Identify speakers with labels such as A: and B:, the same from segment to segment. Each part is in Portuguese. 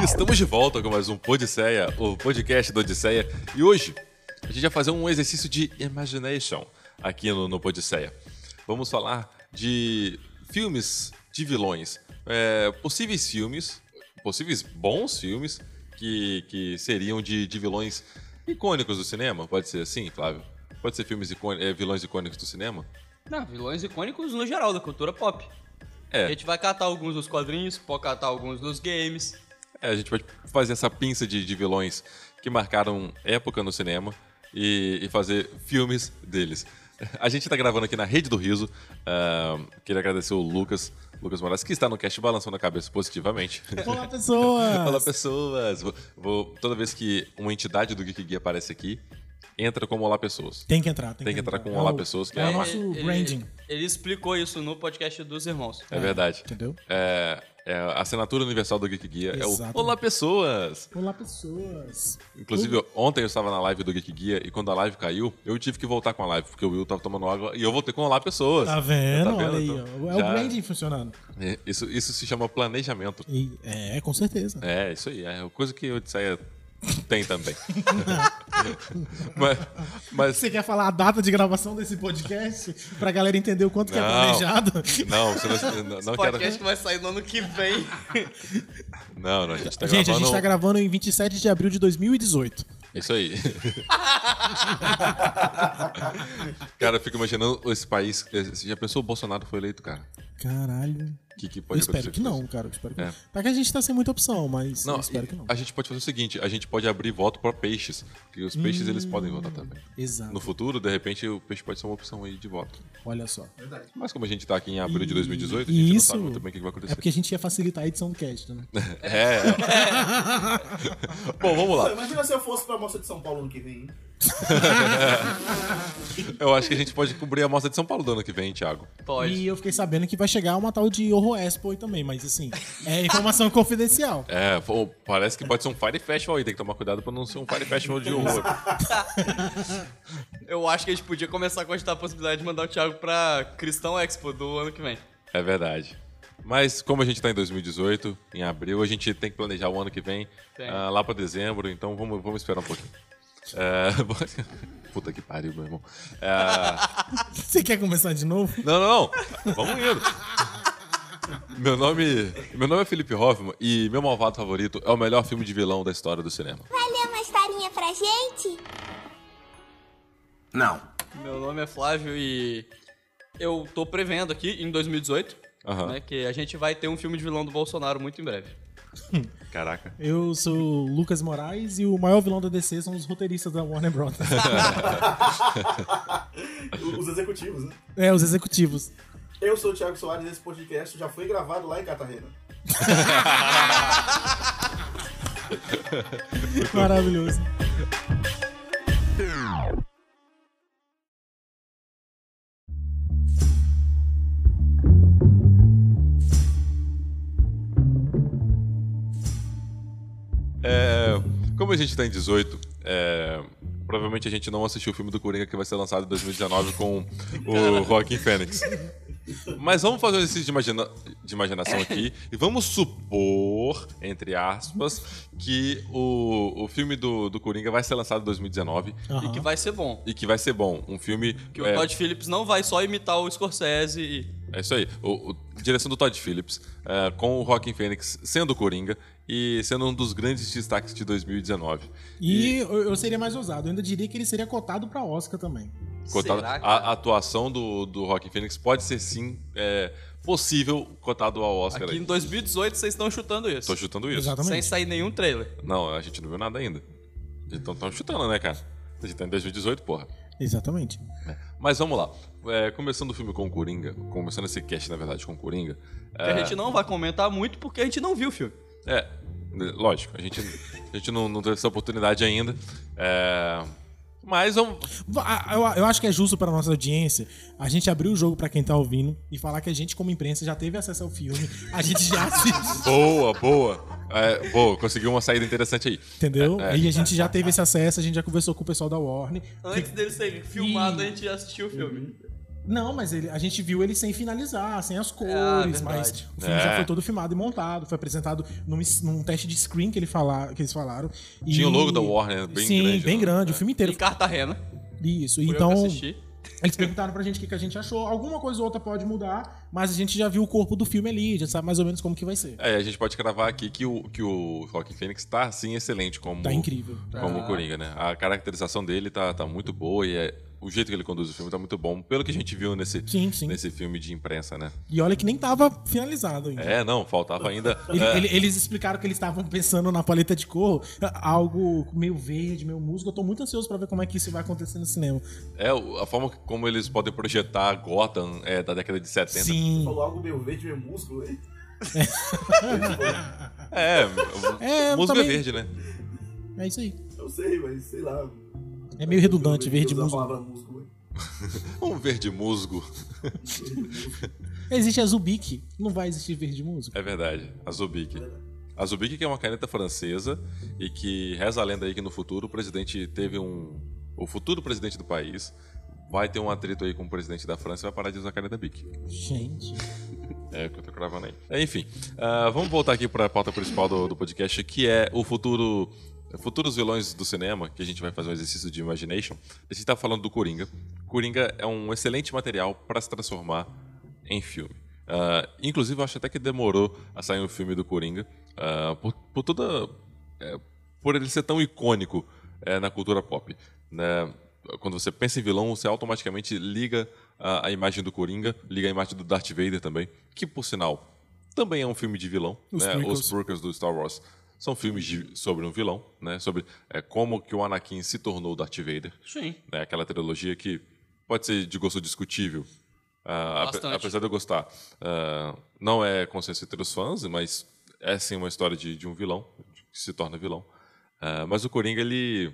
A: E estamos de volta com mais um Podisseia, o podcast do Odisseia. E hoje a gente vai fazer um exercício de imagination aqui no, no Podisseia. Vamos falar de filmes de vilões. É, possíveis filmes, possíveis bons filmes que, que seriam de, de vilões icônicos do cinema. Pode ser assim, Flávio? Pode ser filmes icôni- é, vilões icônicos do cinema?
B: Não, vilões icônicos no geral, da cultura pop. A
A: É,
B: gente vai catar alguns dos quadrinhos, pode catar alguns dos games.
A: é, a gente pode fazer essa pinça de, de vilões que marcaram época no cinema e, e fazer filmes deles. A gente tá gravando aqui na Rede do Riso. ah, queria agradecer o Lucas, Lucas Moraes, que está no cast balançando a cabeça positivamente.
C: Olá, pessoa!
A: Fala, pessoas! Vou- vou- toda vez que uma entidade do Geek Geek aparece aqui, entra como Olá Pessoas.
C: Tem que entrar, tem,
A: Tem que entrar com
C: É
A: Olá
C: o-
A: Pessoas, que
C: é
A: é
C: o
A: uma-
C: nosso branding,
B: Ele, ele explicou isso no podcast dos irmãos.
A: É verdade.
C: entendeu?
A: É, é a assinatura universal do Geek Guia é
C: Exatamente.
A: o Olá Pessoas!
C: Olá, pessoas! Uh,
A: Inclusive, ontem eu estava na live do Geek Guia e quando a live caiu, eu tive que voltar com a live, porque o Will tava tomando água e eu voltei com Olá Pessoas.
C: Tá
A: Tá
C: vendo? Olha aí,
A: Então,
C: ó. É o
A: já-
C: branding funcionando.
A: É, Isso, isso se chama planejamento.
C: E- é, com certeza.
A: É, isso aí. É coisa que o Odisseia tem também. mas, mas-
C: Você quer falar a data de gravação desse podcast pra galera entender o quanto que é
A: Não.
C: planejado?
A: Não, tá você não, não, não
B: O
A: quero.
B: podcast que vai sair no ano que vem.
A: Não, não, a gente tá
C: gente,
A: gravando.
C: a gente tá gravando em 27 de abril de 2018.
A: Isso aí. cara, eu fico imaginando esse país. Você já pensou o Bolsonaro foi eleito, cara?
C: Caralho.
A: O que, que
C: Eu
A: pode
C: espero
A: acontecer
C: que
A: com
C: não,
A: isso?
C: cara. Eu espero que
A: É.
C: não. Tá que a gente tá sem muita opção, mas
A: Não,
C: eu espero
A: e-
C: que não.
A: A gente pode fazer o seguinte: a gente pode abrir voto pra peixes, que os peixes eles podem
C: Hum.
A: votar também.
C: Exato.
A: No futuro, de repente, o peixe pode ser uma opção aí de voto.
C: Olha só.
A: Mas como a gente tá aqui em abril de 2018, a
C: e
A: gente não
C: isso-
A: sabe muito bem o que que vai acontecer.
C: É porque a gente ia facilitar a edição do cast, né?
A: É. Bom, vamos lá.
D: Imagina se eu fosse pra Mostra de São Paulo ano que vem. hein?
A: Eu acho que a gente pode cobrir a mostra de São Paulo do ano que vem, Thiago.
B: Pode.
C: E eu fiquei sabendo que vai chegar uma tal de Horror Expo aí também, mas assim, é informação confidencial.
A: É, pô, parece que pode ser um Fire Festival aí, tem que tomar cuidado pra não ser um Fire Festival de horror.
B: Eu acho que a gente podia começar a cogitar a possibilidade de mandar o Thiago pra Cristão Expo do ano que vem.
A: É verdade. Mas como a gente tá em 2018, em abril, a gente tem que planejar o ano que vem,
B: Tem.
A: ah, lá pra dezembro, então vamos, vamos esperar um pouquinho. É, Puta que pariu, meu irmão. É,
C: Você quer começar de novo?
A: Não, não, não. Vamos indo. Meu nome, meu nome é Felipe Hoffman e meu malvado favorito é o melhor filme de vilão da história do cinema.
E: Vai ler uma historinha pra gente?
B: Meu nome é Flávio e eu tô prevendo aqui em 2018
A: Aham.
B: né, que a gente vai ter um filme de vilão do Bolsonaro muito em breve.
A: Caraca.
C: Eu sou o Lucas Moraes e o maior vilão da DC são os roteiristas da Warner Bros.
D: O- Os executivos, né?
C: é, os executivos.
D: Eu sou o Thiago Soares e esse podcast já foi gravado lá em Catarina.
C: Maravilhoso.
A: É, como a gente tá em 18, é, provavelmente a gente não assistiu o filme do Coringa que vai ser lançado em 2019 com o Joaquim Fênix. Mas vamos fazer um exercício de, imagina- de imaginação aqui e vamos supor, entre aspas, que o, o filme do, do Coringa vai ser lançado em 2019
C: Aham.
B: E que vai ser bom.
A: e que vai ser bom. Um filme.
B: Que
A: é,
B: o Todd Phillips não vai só imitar o Scorsese e.
A: é isso aí. O, o- direção do Todd Phillips, é, com o Rockin' Fênix sendo o Coringa e sendo um dos grandes destaques de 2019.
C: E eu eu seria mais ousado, eu ainda diria que ele seria cotado pra Oscar também.
A: Cotado-
B: Será,
A: a,
B: cara?
A: a atuação do, do Rockin' Fênix pode ser sim é, possível cotado ao Oscar.
B: Aqui
A: aí.
B: em 2018 vocês estão chutando isso.
A: Tô chutando isso.
C: Exatamente.
B: Sem sair nenhum trailer.
A: Não, a gente não viu nada ainda. Então estão chutando, né, cara? A gente tá em 2018, porra.
C: Exatamente.
A: Mas vamos lá. É, começando o filme com o Coringa, começando esse cast, na verdade, com o Coringa.
B: Que a gente não vai comentar muito porque a gente não viu o filme.
A: É, lógico, a gente, a gente não, não teve essa oportunidade ainda. É, mas vamos.
C: Va- a- Eu, eu acho que é justo pra nossa audiência a gente abrir o jogo pra quem tá ouvindo e falar que a gente, como imprensa, já teve acesso ao filme, a gente já assistiu,
A: Boa, boa. É, boa, conseguiu uma saída interessante aí.
C: entendeu?
A: É,
C: E a gente já teve esse acesso, a gente já conversou com o pessoal da Warner.
B: Antes dele ser filmado, a gente já assistiu o filme.
C: Não, mas ele- a gente viu ele sem finalizar, sem as cores,
B: Ah, verdade.
C: mas o filme
A: É.
C: já foi todo filmado e montado, foi apresentado num, es- num teste de screen que, ele fala- que eles falaram. e-
A: Tinha o logo da Warner bem
C: Sim,
A: grande,
C: bem
A: né?
C: grande, o filme inteiro.
B: Em Cartagena.
C: Isso,
B: Fui
C: Uhum. então
B: Eu que assisti.
C: eles perguntaram pra gente o que, que a gente achou. Alguma coisa ou outra pode mudar, mas a gente já viu o corpo do filme ali, já sabe mais ou menos como que vai ser.
A: É, a gente pode cravar aqui que o, que o Joaquin Phoenix tá, assim, excelente como,
C: Tá incrível.
A: como
B: Tá.
A: Coringa, né? A caracterização dele tá, tá muito boa e é- o jeito que ele conduz o filme tá muito bom, pelo que a gente viu nesse,
C: Sim, sim.
A: nesse filme de imprensa, né?
C: E olha que nem tava finalizado ainda.
A: É, não, faltava ainda...
C: Ele-
A: é,
C: ele- eles explicaram que eles estavam pensando na paleta de cor, algo meio verde, meio musgo. Eu tô muito ansioso pra ver como é que isso vai acontecer no cinema.
A: é, o- a forma como eles podem projetar Gotham é, da década de 70.
C: Sim.
D: Falou algo meio verde, meio músculo aí.
A: É,
C: É,
A: o música
C: também-
A: verde, né?
C: É isso aí.
D: Eu sei, mas sei lá.
C: É meio redundante,
D: Eu não
C: verde
D: sei usar
C: musgo.
D: a palavra músculo. hein?
A: Um verde musgo.
C: Existe azul bique, não vai existir verde musgo.
A: É verdade, a Zubik. A Zubik que é uma caneta francesa e que reza a lenda aí que no futuro o presidente teve um... O futuro presidente do país vai ter um atrito aí com o presidente da França e vai parar de usar a caneta Bic.
C: Gente.
A: É o que eu tô cravando aí. Enfim, ah, vamos voltar aqui pra pauta principal do, do podcast, que é o futuro... Futuros vilões do cinema, que a gente vai fazer um exercício de imagination. A gente tá falando do Coringa. Coringa é um excelente material pra se transformar em filme. Ah, inclusive, eu acho até que demorou a sair um filme do Coringa, ah, por, por toda... é, por ele ser tão icônico é, na cultura pop. né? Quando você pensa em vilão, você automaticamente liga a, a imagem do Coringa, liga a imagem do Darth Vader também, que, por sinal, também é um filme de vilão.
C: Os
A: né?
C: prequels.
A: Os prequels do Star Wars são filmes de- sobre um vilão, né? sobre é, como que o Anakin se tornou o Darth Vader
B: Sim.
A: né? Aquela trilogia que pode ser de gosto discutível. Ah, ape-
B: Bastante.
A: apesar de eu gostar. Ah, não é consenso entre os fãs, mas é sim uma história de, de um vilão, que se torna vilão. Ah, mas o Coringa, ele,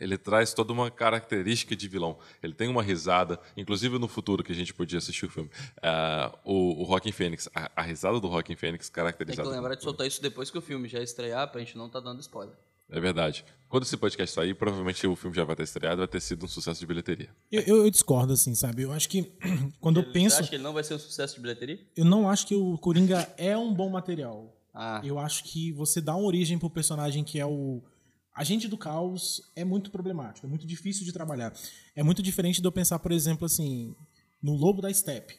A: ele traz toda uma característica de vilão. Ele tem uma risada, inclusive no futuro que a gente podia assistir o filme. ah, o o Rockin' Fênix, a, a risada do Rockin' Fênix
B: Tem que
A: caracterizada.
B: lembrar de soltar isso depois que o filme já estrear, pra gente não tá dando spoiler.
A: É verdade. Quando esse podcast sair, provavelmente o filme já vai ter estreado, vai ter sido um sucesso de bilheteria.
C: Eu, eu- eu discordo, assim, sabe? Eu acho que quando eu
B: Você
C: penso,
B: acha que ele não vai ser um sucesso de bilheteria?
C: eu não acho que o Coringa é um bom material.
B: Ah,
C: Eu acho que você dá uma origem pro personagem que é o agente do caos é muito problemático, é muito difícil de trabalhar. É muito diferente de eu pensar, por exemplo, assim, no Lobo da Steppe.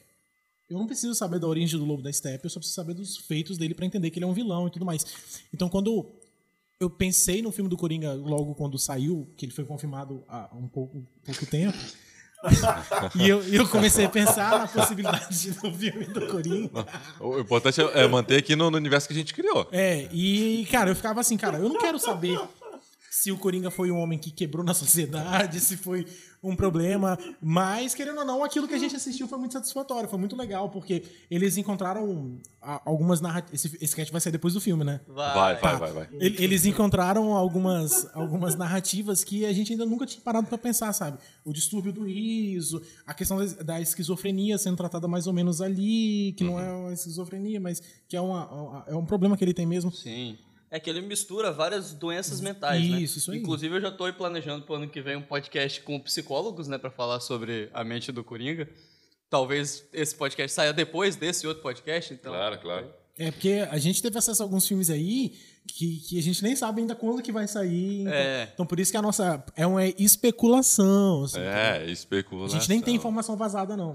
C: Eu não preciso saber da origem do Lobo da Steppe, eu só preciso saber dos feitos dele pra entender que ele é um vilão e tudo mais. Então, quando eu pensei no filme do Coringa logo quando saiu, que ele foi confirmado há um pouco, pouco tempo, e eu, eu comecei a pensar na possibilidade de ter um filme do Coringa.
A: O importante é é manter aqui no, no universo que a gente criou.
C: É, e, cara, eu ficava assim, cara, eu não quero saber se o Coringa foi um homem que quebrou na sociedade, se foi um problema, mas, querendo ou não, aquilo que a gente assistiu foi muito satisfatório, foi muito legal, porque eles encontraram a- algumas narrativas. Esse, esse sketch vai sair depois do filme, né?
A: Vai,
B: vai.
A: vai, vai, vai.
C: Ele- Eles encontraram algumas, algumas narrativas que a gente ainda nunca tinha parado pra pensar, sabe? O distúrbio do riso, a questão da- da esquizofrenia sendo tratada mais ou menos ali, que não é uma esquizofrenia, mas que é, uma- uma- é um problema que ele tem mesmo.
B: Sim. É que ele mistura várias doenças mentais, né?
C: Isso, isso aí.
B: Inclusive, eu já tô aí planejando pro ano que vem um podcast com psicólogos, né? Pra falar sobre a mente do Coringa. Talvez esse podcast saia depois desse outro podcast, então...
A: Claro, claro.
C: É, porque a gente teve acesso a alguns filmes aí que, que a gente nem sabe ainda quando que vai sair. Então,
B: É.
C: então por isso que a nossa é uma especulação. assim.
A: É,
C: A
A: especulação.
C: gente nem tem informação vazada, não.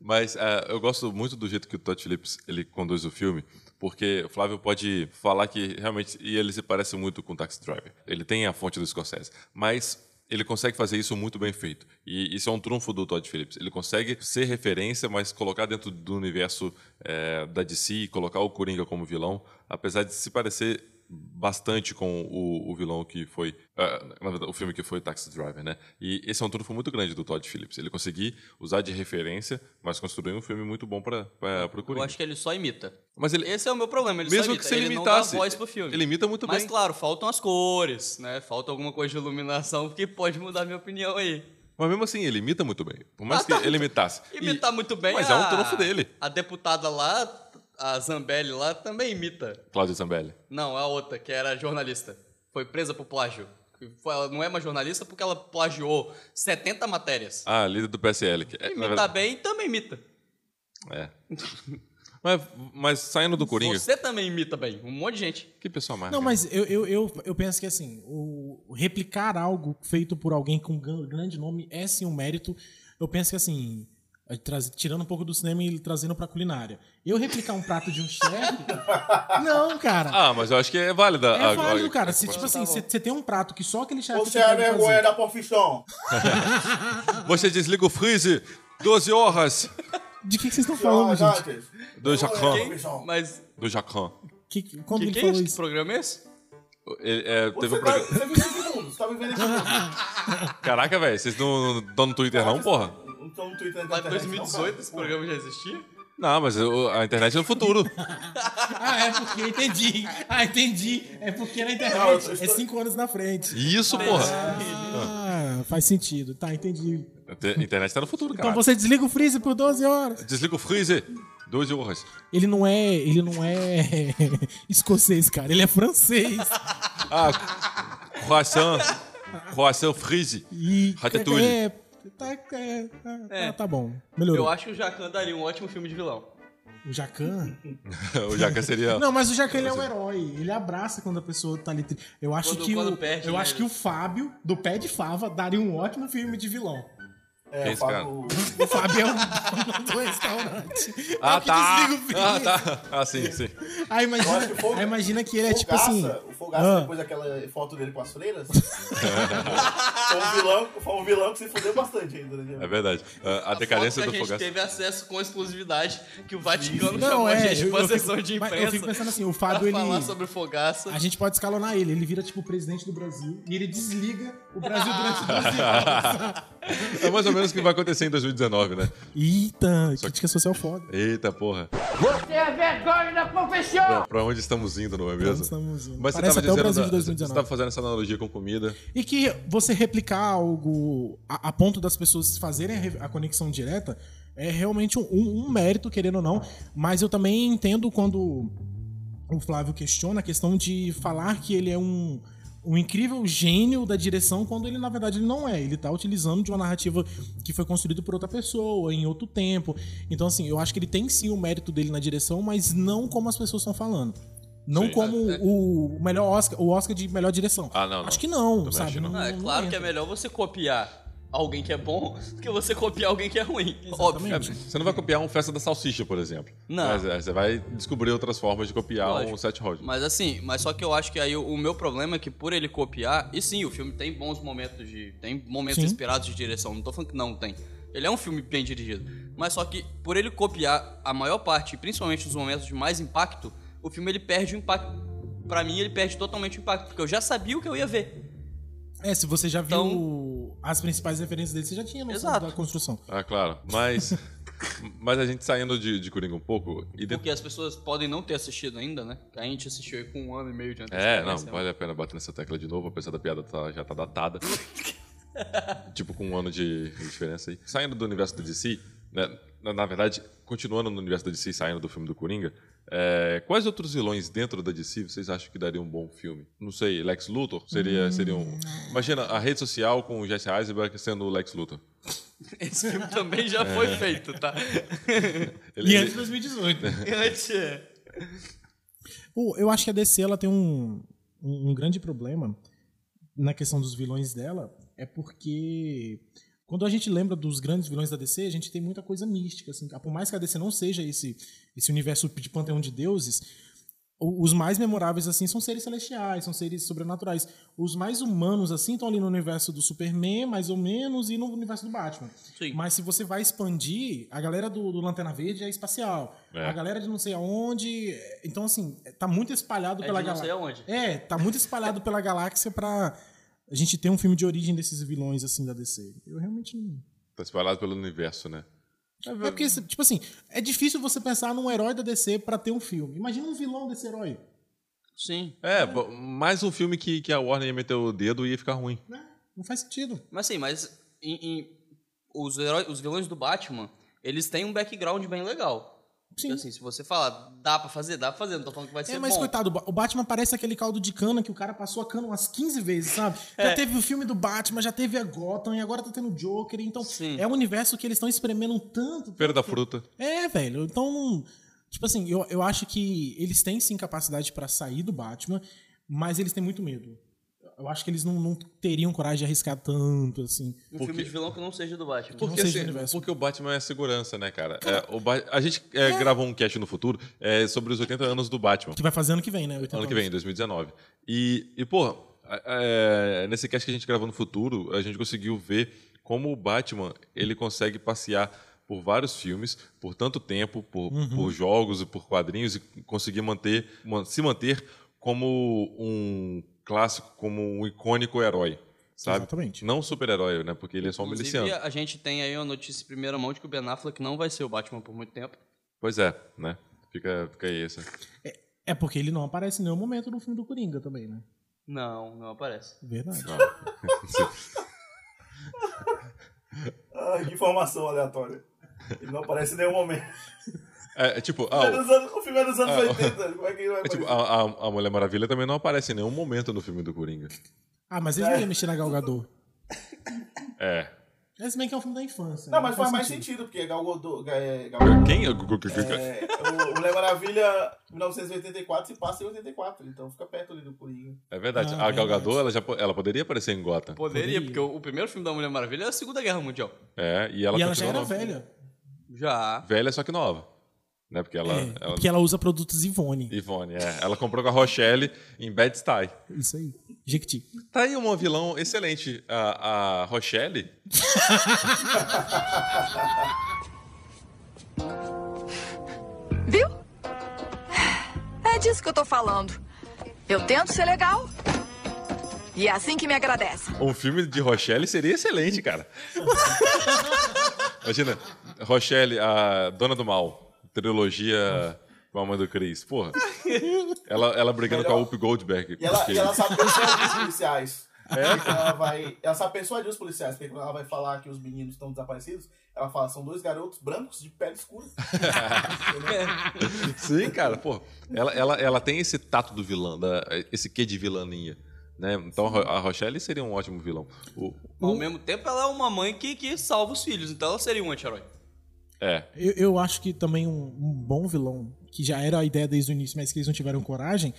A: Mas ah, eu gosto muito do jeito que o Todd Phillips ele conduz o filme, porque o Flávio pode falar que realmente e ele se parece muito com Taxi Driver. Ele tem a fonte do Scorsese, mas ele consegue fazer isso muito bem feito. E isso é um trunfo do Todd Phillips. Ele consegue ser referência, mas colocar dentro do universo eh, da DC e colocar o Coringa como vilão, apesar de se parecer bastante com o, o vilão que foi. ah, na verdade, o filme que foi Taxi Driver, né? E esse é um trunfo muito grande do Todd Phillips. Ele conseguiu usar de referência, mas construir um filme muito bom para o
B: Eu
A: Coringa.
B: acho que ele só imita.
A: Mas ele.
B: Esse é o meu problema, ele só
A: mesmo
B: imita.
A: que se
B: ele
A: ele
B: não
A: imitasse.
B: dá voz pro filme.
A: Ele imita muito
B: Mas
A: bem.
B: claro, faltam as cores, né? Falta alguma coisa de iluminação que pode mudar minha opinião aí.
A: Mas mesmo assim, ele imita muito bem. Por mais
B: Ah,
A: que
B: tá.
A: ele imitasse. E-
B: Imitar muito bem
A: Mas
B: a...
A: é um trunfo dele.
B: A deputada lá, a Zambelli lá, também imita.
A: Cláudio Zambelli.
B: é Não, a outra, que era jornalista. Foi presa por plágio. Ela não é uma jornalista porque ela plagiou 70 matérias.
A: Ah, líder do PSL. que é- na
B: Imita
A: verdade-
B: bem, também imita.
A: é. mas, mas saindo do Coringa,
B: Você também imita bem. Um monte de gente.
A: que pessoal mais.
C: Não, mas eu, eu, eu, eu penso que assim, o o replicar algo feito por alguém com gan- grande nome é sim um mérito. Eu penso que assim, eh, traz- tirando um pouco do cinema e trazendo pra culinária. Eu replicar um prato de um chefe. não, cara.
A: Ah, mas eu acho que é válida.
C: é
A: a-
C: válido,
A: a-
C: cara. Se, tipo
B: Tá
C: assim,
B: bom.
C: você você tem um prato que só aquele chefe.
D: Você é a
C: sabe
D: vergonha
C: fazer.
D: da profissão.
A: Você desliga o freezer, 12 horas
C: De que que vocês estão
D: Senhora
C: falando, gente?
D: Dantes.
A: do
D: Quem?
A: Jacan.
D: Profissão.
B: Mas
A: Do Jacan.
C: Que, que- quando
B: que,
C: ele
B: que é
C: falou
B: esse? Que
C: isso?
B: programa é esse?
A: Ele, é, teve um
D: Você tá
A: programa.
D: você vive nesse mundo, você tá vivendo nesse mundo.
A: Caraca, velho, vocês não estão no Twitter, não, porra?
D: Não estão no Twitter
B: Lá
D: na
B: em
C: tá
D: internet, não,
B: 2018
D: cara.
B: esse programa já existia?
A: Não, mas eu- a internet é o futuro.
C: Ah, é porque entendi. Ah, entendi. É porque na internet
D: Não, eu tô-
C: é cinco anos na frente.
A: Isso, porra.
B: É.
C: Ah, faz sentido. Tá, entendi.
A: A te- a internet tá no futuro, cara.
C: Então você desliga o freezer por 12 horas.
A: Desliga o freezer, 12 horas.
C: Ele não é, ele não é escocês, cara. Ele é francês.
A: Ah, croissant. Croissant freeze.
C: E
A: Ratatouille.
C: É, tá, é, tá,
B: É.
C: tá bom.
B: Eu
C: Melhorou.
B: acho que o Jacan daria um ótimo filme de vilão.
C: O Jacan?
A: o Jacan seria.
C: Não, mas o Jacan ele é um herói. Ele abraça quando a pessoa tá ali. tri- Eu acho
B: Quando-
C: que
B: quando
C: o,
B: perde,
C: eu
B: né?
C: acho que o Fábio do Pé de Fava daria um ótimo filme de vilão.
D: É,
A: Quem é esse cara?
D: Fábio-
C: O Fábio é o dono do restaurante. É
A: Ah,
C: o que
A: tá.
C: desliga o freezer.
A: Ah, tá. Ah, sim, sim.
C: Aí
D: Eu acho que o
C: imagina,
D: Fogo-
C: aí imagina que ele é
D: Fogaça,
C: tipo assim.
D: O Fogaça,
C: Ah.
D: depois daquela foto dele com as freiras. foi, um vilão, foi um vilão que se fudeu bastante ainda, né?
A: É verdade. Ah, A,
B: foto
A: decadência
B: que
A: do
B: a gente
A: Fogaça.
B: teve acesso com exclusividade que o Vaticano
C: Não,
B: chamou a
C: é,
B: gente
C: eu,
B: pra
C: eu,
B: sessão de
C: fico, mas
B: imprensa
C: eu fico pensando assim, o
B: pra
C: Fábio, ele,
B: falar sobre o Fogaça.
C: a gente pode escalonar ele, ele vira, tipo, o presidente do Brasil, e ele desliga o Brasil durante 12 horas.
A: É mais ou menos o que vai acontecer em 2019, né?
C: Eita, crítica social foda.
A: Eita porra.
F: Você é vergonha da profissão!
A: Pra, pra onde estamos indo, não é mesmo?
C: Então, estamos indo.
A: Mas você
C: Parece
A: tava
C: até
A: dizendo.
C: o Brasil de
A: da-
C: 2019.
A: Você tava fazendo essa analogia com comida.
C: E que você replicar algo a, a ponto das pessoas fazerem a, re- a conexão direta é realmente um, um- um mérito, querendo ou não. Mas eu também entendo quando o Flávio questiona a questão de falar que ele é um, um incrível gênio da direção, quando ele, na verdade, ele não é. Ele tá utilizando de uma narrativa que foi construída por outra pessoa, em outro tempo. Então, assim, eu acho que ele tem sim o mérito dele na direção, mas não como as pessoas estão falando. Não
A: Sim.
C: como o melhor Oscar, o Oscar de melhor direção.
A: Ah, não,
C: Acho
A: não.
C: que não,
A: Também acho
C: sabe?
A: que não.
B: Ah, é claro que é melhor você copiar alguém que é bom do que você copiar alguém que é ruim. Óbvio.
A: É, você não vai copiar um festa da salsicha, por exemplo.
B: Não.
A: Mas é, você vai descobrir outras formas de copiar
B: Lógico.
A: um set road.
B: Mas assim, mas só que eu acho que aí o, o meu problema é que por ele copiar, e sim, o filme tem bons momentos de. tem momentos
C: Sim.
B: inspirados de direção. Não tô falando que não tem. Ele é um filme bem dirigido. Mas só que por ele copiar a maior parte, principalmente os momentos de mais impacto, o filme ele perde o impacto. Pra mim, ele perde totalmente o impacto, porque eu já sabia o que eu ia ver.
C: É, se você já viu
B: Então-
C: as principais referências dele, você já tinha noção
B: Exato.
C: da construção.
A: Ah, claro. Mas. mas a gente saindo de, de Coringa um pouco. E dentro...
B: Porque as pessoas podem não ter assistido ainda, né? Que a gente assistiu aí com um ano e meio de
A: É,
B: antecedência.
A: não,
B: né?
A: vale a pena bater nessa tecla de novo, apesar da piada tá- já tá datada. tipo, com um ano de diferença aí. Saindo do universo da DC, né, na, na verdade, continuando no universo da DC, saindo do filme do Coringa, é, quais outros vilões dentro da DC vocês acham que daria um bom filme? Não sei, Lex Luthor seria, seria um... Imagina, a rede social com o Jesse Eisenberg sendo o Lex Luthor.
B: Esse filme também já foi
A: É.
B: feito, tá?
A: Ele,
C: e
A: ele-
C: antes de 2018.
B: Antes, é.
C: Pô, eu acho que a DC ela tem um, um, um grande problema na questão dos vilões dela, é porque quando a gente lembra dos grandes vilões da DC, a gente tem muita coisa mística. Assim, por mais que a DC não seja esse, esse universo de panteão de deuses, o- os mais memoráveis assim são seres celestiais, são seres sobrenaturais. Os mais humanos assim estão ali no universo do Superman, mais ou menos, e no universo do Batman.
B: Sim.
C: Mas se você vai expandir, a galera do, do Lanterna Verde é espacial.
A: É.
C: A galera de não sei aonde. é- Então, assim, é- tá muito espalhado
B: É
C: pela
B: de não sei
C: galáxia.
B: aonde.
C: É, tá muito espalhado pela galáxia pra a gente ter um filme de origem desses vilões, assim, da DC. Eu realmente não.
A: Tá espalhado pelo universo, né?
C: É porque, tipo assim, é difícil você pensar num herói da DC pra ter um filme. Imagina um vilão desse herói.
B: Sim.
A: É, bo- mais um filme que, que a Warner ia meter o dedo e ia ficar ruim.
C: né? Não faz sentido.
B: Mas sim, mas em- em- os, herói- os vilões do Batman, eles têm um background bem legal.
C: Sim.
B: Assim, se você falar, dá pra fazer, dá pra fazer. Não tô falando que vai ser
C: É, mas
B: bom.
C: coitado, o Ba- o Batman parece aquele caldo de cana que o cara passou a cana umas 15 vezes, sabe?
B: É.
C: Já teve o filme do Batman, já teve a Gotham e agora tá tendo o Joker. Então,
B: Sim.
C: é um universo que eles estão espremendo um tanto.
A: Feira da fruta.
C: É, velho. Então, tipo assim, eu, eu acho que eles têm sim capacidade pra sair do Batman, mas eles têm muito medo. Eu acho que eles não, não teriam coragem de arriscar tanto, assim.
B: Um
A: Por
B: filme
A: quê?
B: de vilão que não seja do Batman.
C: Por-
A: Porque,
C: seja
A: assim,
C: do universo.
A: porque o Batman é segurança, né, cara? É, o Ba- A gente é, gravou um cast no futuro é, sobre os 80 anos do Batman.
C: Que vai fazer ano que vem, né? 80
A: Ano que
C: anos.
A: vem, 2019. E, e porra, é, nesse cast que a gente gravou no futuro, a gente conseguiu ver como o Batman ele consegue passear por vários filmes, por tanto tempo, por, por jogos e por quadrinhos, e conseguir manter, man- se manter como um clássico, como um icônico herói. Sabe?
C: Exatamente.
A: Não um super-herói, né? Porque ele é só um miliciano.
B: Inclusive, a gente tem aí uma notícia em primeira mão de que o Ben Affleck não vai ser o Batman por muito tempo.
A: Pois é, né? Fica, fica aí essa.
C: É porque ele não aparece em nenhum momento no filme do Coringa também, né?
B: Não, não aparece.
C: Verdade.
D: Ai, que Ah, informação aleatória. Ele não aparece em nenhum momento.
A: É, é tipo,
D: É
A: ah, o-
D: dos anos- o filme é dos anos
A: Ah, o-
D: 80. Como é que ele vai
A: é tipo,
D: aparecer?
A: a, a- a Mulher Maravilha também não aparece em nenhum momento no filme do Coringa.
C: Ah, mas eles não iam mexer na Galgador.
A: É.
C: Mas se bem que é um filme da infância.
D: Não,
C: né?
D: mas
C: Faz
D: faz mais
C: sentido.
D: sentido, porque Gal Gadot... Ga- é, Gal Gadot-
A: Quem? é o Gu- Gu- Gu- Gu-
D: É, o Mulher Maravilha 1984 se passa em 84, então fica perto ali do Coringa.
A: É verdade.
C: Ah,
A: a Gal Gadot,
C: verdade.
A: ela, já, po- ela poderia aparecer em Gotham.
B: Poderia, porque o, o primeiro filme da Mulher Maravilha é a Segunda Guerra Mundial.
A: É, e ela
C: E ela já
A: continua
C: era
A: nova.
C: velha.
B: Já.
A: Velha, só que nova. Né? Porque ela...
C: é,
A: ela-
C: Porque ela usa produtos Ivone.
A: Ivone, é. Ela comprou com a Rochelle em Bad Stuy.
C: Isso aí. Jequiti.
A: Tá aí uma vilão excelente. A, a Rochelle...
G: Viu? É disso que eu tô falando. Eu tento ser legal. E é assim que me agradece.
A: Um filme de Rochelle seria excelente, cara. Imagina, Rochelle, a Dona do Mal, trilogia com a mãe do Chris. Porra. Ela, ela brigando com a Whoopi Goldberg.
D: E ela,
A: porque-
D: e ela sabe persuadir os policiais.
A: É?
D: Então Ela, vai, ela sabe persuadir os policiais, porque quando ela vai falar que os meninos estão desaparecidos, ela fala, são dois garotos brancos de pele escura.
A: Sim, cara, pô. Ela, ela, ela tem esse tato do vilão, da- esse quê de vilania. Né? Então a Ro- a Rochelle seria um ótimo vilão. O-
B: Mas, ao mesmo tempo, ela é uma mãe que, que salva os filhos, então ela seria um anti-herói.
A: é.
C: Eu, eu acho que também um, um bom vilão, que já era a ideia desde o início, mas que eles não tiveram coragem,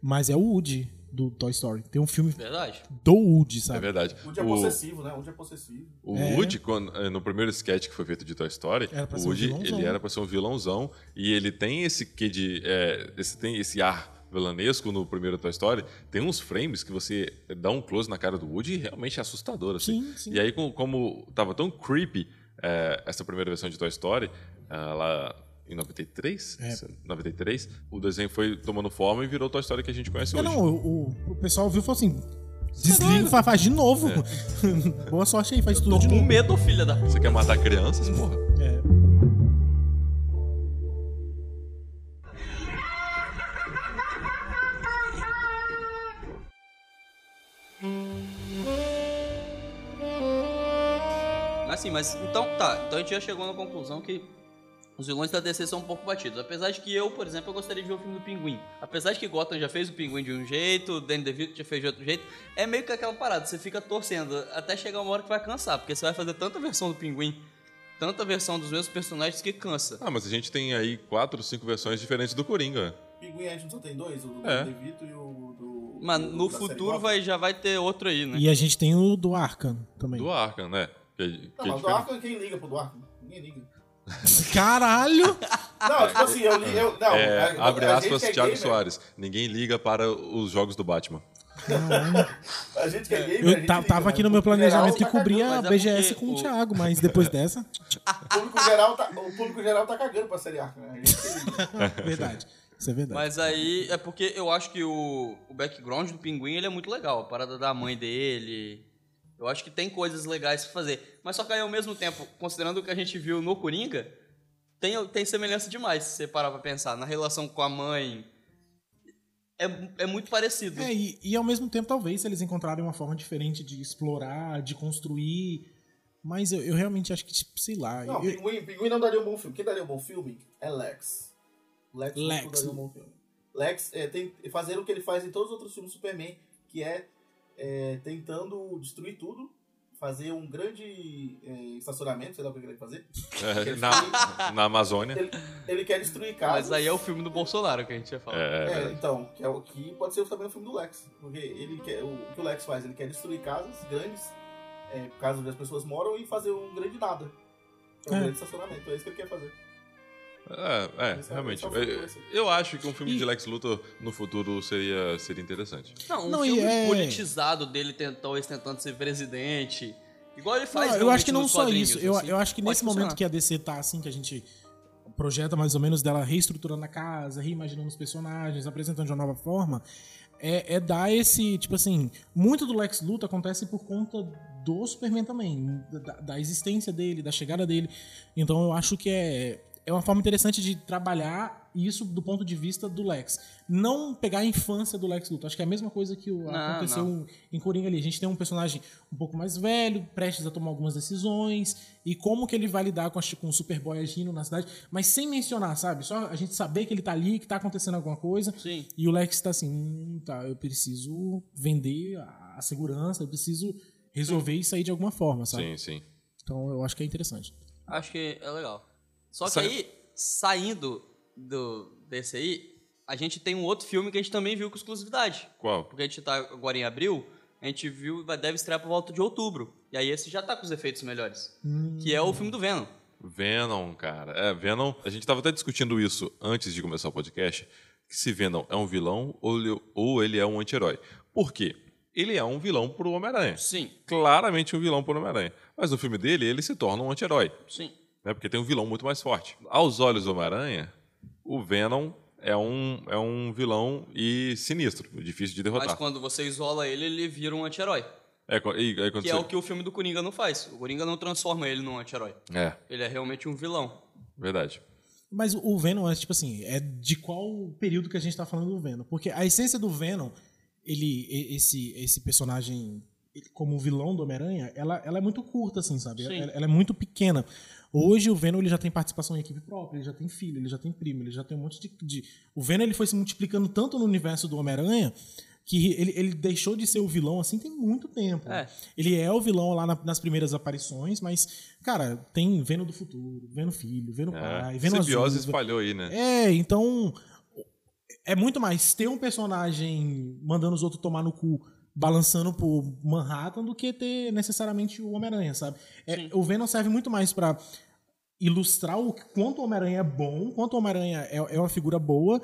C: mas é o Woody do Toy Story. Tem um filme
B: Verdade.
C: do Woody,
A: É
C: sabe?
A: verdade.
D: Um dia é possessivo, né? Um dia é possessivo.
A: O
C: É.
A: Woody, quando- eh, no primeiro sketch que foi feito de Toy Story,
C: Era pra
A: o
C: ser um
A: Woody
C: vilãozão.
A: ele era pra ser um vilãozão e ele tem esse quê de. eh, esse, tem esse ar vilanesco no primeiro Toy Story. Tem uns frames que você dá um close na cara do Woody e realmente é assustador. Assim.
C: Sim, sim.
A: E aí, com- como tava tão creepy eh, essa primeira versão de Toy Story, ah, lá em 93,
C: É.
A: 93, o desenho foi tomando forma e virou Toy Story que a gente conhece
C: É,
A: hoje.
C: não, o, o- o pessoal viu e falou assim:
A: é
C: desliga, faz, faz de novo. Boa sorte aí, faz tudo de
B: Com
C: novo.
B: medo, filha da.
A: Você quer matar crianças, porra?
C: É.
B: Assim, mas então tá. Então a gente já chegou na conclusão que os vilões da DC são um pouco batidos. Apesar de que eu, por exemplo, eu gostaria de ver o filme do Pinguim. Apesar de que Gotham já fez o Pinguim de um jeito, o Danny DeVito já fez de outro jeito, é meio que aquela parada, você fica torcendo até chegar uma hora que vai cansar, porque você vai fazer tanta versão do Pinguim, tanta versão dos mesmos personagens que cansa.
A: Ah, mas a gente tem aí quatro, cinco versões diferentes do Coringa. né?
D: Pinguim a gente só tem dois, o do
A: É.
D: De Vito e o do...
B: Mas
D: do-
B: no
D: da série
B: futuro
D: Gotham.
B: vai, já vai ter outro aí, né?
C: E a gente tem o do Arkham também.
A: Do Arkham, né? Que-
D: Não,
A: que é
D: mas o do
A: diferente.
D: Arkham, quem liga pro do Arkham? Ninguém liga.
C: Caralho! Ah,
D: Não, tipo assim, eu li... Eu, não,
A: É,
D: a-
A: abre
D: a
A: aspas,
D: gente que é
A: Thiago
D: gamer,
A: Soares. Ninguém liga para os jogos do Batman.
D: A gente que é gamer, a
C: Eu
D: gente
C: ta-
D: liga,
C: tava
D: né?
C: aqui no meu
D: O público geral
C: planejamento que
D: tá cagando.
C: cobria a
B: mas é porque
C: BGS com o
B: o-
C: Thiago, mas depois dessa,
D: O público geral tá, o público geral tá cagando pra série Arkham, né? A gente que liga.
C: verdade. Isso é verdade.
B: Mas aí é porque eu acho que o, o background do pinguim ele é muito legal. A parada da mãe dele. Eu acho que tem coisas legais pra fazer. Mas só que aí ao mesmo tempo, considerando o que a gente viu no Coringa, tem, tem semelhança demais, se você parar pra pensar. Na relação com a mãe. É, é muito parecido.
C: É, e, e ao mesmo tempo, talvez, se eles encontrarem uma forma diferente de explorar, de construir Mas eu, eu realmente acho que, tipo, sei lá.
D: Não,
C: eu-
D: Pinguim, Pinguim não daria um bom filme. Quem daria um bom filme é Lex. Lex, não
C: Lex.
D: daria um bom filme. Lex é, tem, fazer o que ele faz em todos os outros filmes do Superman, que é, é, tentando destruir tudo, fazer um grande é, estacionamento, sei lá o que ele quer fazer.
A: É,
D: né?
A: na, na Amazônia.
D: Ele, ele quer destruir casas.
B: Mas aí é o filme do Bolsonaro que a gente ia falar.
A: É,
D: É,
A: verdade.
D: então, que é o que pode ser também o filme do Lex. Porque ele quer, o, o que o Lex faz? Ele quer destruir casas grandes, é, casas onde as pessoas moram, e fazer um grande nada. É um
C: É.
D: grande estacionamento, é isso que ele quer fazer.
A: é, é,
D: Esse é-
A: realmente.
D: esse é o filme
A: Eu-
D: que vai ser.
A: Eu acho que um filme de Lex Luthor no futuro seria, seria interessante.
B: Não, um
C: Não, e
B: filme
C: é-
B: politizado dele tentando, talvez tentando ser presidente. Igual ele faz
C: Não, eu
B: realmente
C: acho que não
B: nos
C: só
B: quadrinhos,
C: isso. Eu,
B: assim.
C: eu acho que
B: Pode
C: nesse
B: funcionar.
C: momento que a DC tá assim, que a gente projeta mais ou menos dela reestruturando a casa, reimaginando os personagens, apresentando de uma nova forma, é, é dar esse, tipo assim, muito do Lex Luthor acontece por conta do Superman também, da, da existência dele, da chegada dele. Então eu acho que é, é uma forma interessante de trabalhar isso do ponto de vista do Lex. Não pegar a infância do Lex Luthor. Acho que é a mesma coisa que o-
B: Não,
C: aconteceu em Coringa ali. A gente tem um personagem um pouco mais velho, prestes a tomar algumas decisões, e como que ele vai lidar com, as, com o Superboy agindo na cidade, mas sem mencionar, sabe? Só a gente saber que ele tá ali, que tá acontecendo alguma coisa.
B: Sim.
C: E o Lex tá assim, hum, tá, eu preciso vender a, a segurança, eu preciso resolver isso aí de alguma forma, sabe?
A: Sim, sim.
C: Então eu acho que é interessante.
B: Acho que é legal. Só que
A: Sai-
B: aí, saindo do, desse aí, a gente tem um outro filme que a gente também viu com exclusividade.
A: Qual?
B: Porque a gente tá agora em abril, a gente viu e vai- deve estrear por volta de outubro. E aí esse já tá com os efeitos melhores. Que é o filme do Venom.
A: Venom, cara. É, Venom. A gente tava até discutindo isso antes de começar o podcast. Que se Venom é um vilão ou ele, ou ele é um anti-herói. Por quê? Ele é um vilão pro Homem-Aranha.
B: Sim,
A: Claramente um vilão pro Homem-Aranha. Mas no filme dele, ele se torna um anti-herói.
B: sim.
A: né? Porque tem um vilão muito mais forte. Aos olhos do Homem-Aranha, o Venom é um, é um vilão e sinistro, difícil de derrotar.
B: Mas quando você isola ele, ele vira um anti-herói.
A: É, co- e, aí quando
B: Que é
A: você-
B: o que o filme do Coringa não faz. O Coringa não transforma ele num anti-herói.
A: É,
B: Ele é realmente um vilão.
A: verdade.
C: Mas o Venom é tipo assim, é de qual período que a gente tá falando do Venom? Porque a essência do Venom, ele e- esse esse personagem ele como um vilão do Homem-Aranha, ela, ela é muito curta assim, sabe?
B: Sim.
C: Ela, ela é muito pequena. Hoje o Venom ele já tem participação em equipe própria, ele já tem filho, ele já tem primo, ele já tem um monte de, de- o Venom ele foi se multiplicando tanto no universo do Homem-Aranha que ele, ele deixou de ser o vilão assim tem muito tempo.
B: É.
C: Ele é o vilão lá na- nas primeiras aparições, mas cara, tem Venom do futuro, Venom filho, Venom pai,
A: É.
C: Ah, Venom assim,
A: Simbiose
C: azul,
A: espalhou aí, né?
C: é, então. É muito mais ter um personagem mandando os outros tomar no cu, balançando por Manhattan, do que ter necessariamente o Homem-Aranha, sabe? É, o Venom serve muito mais pra ilustrar o quanto o Homem-Aranha é bom, quanto o Homem-Aranha é, é uma figura boa,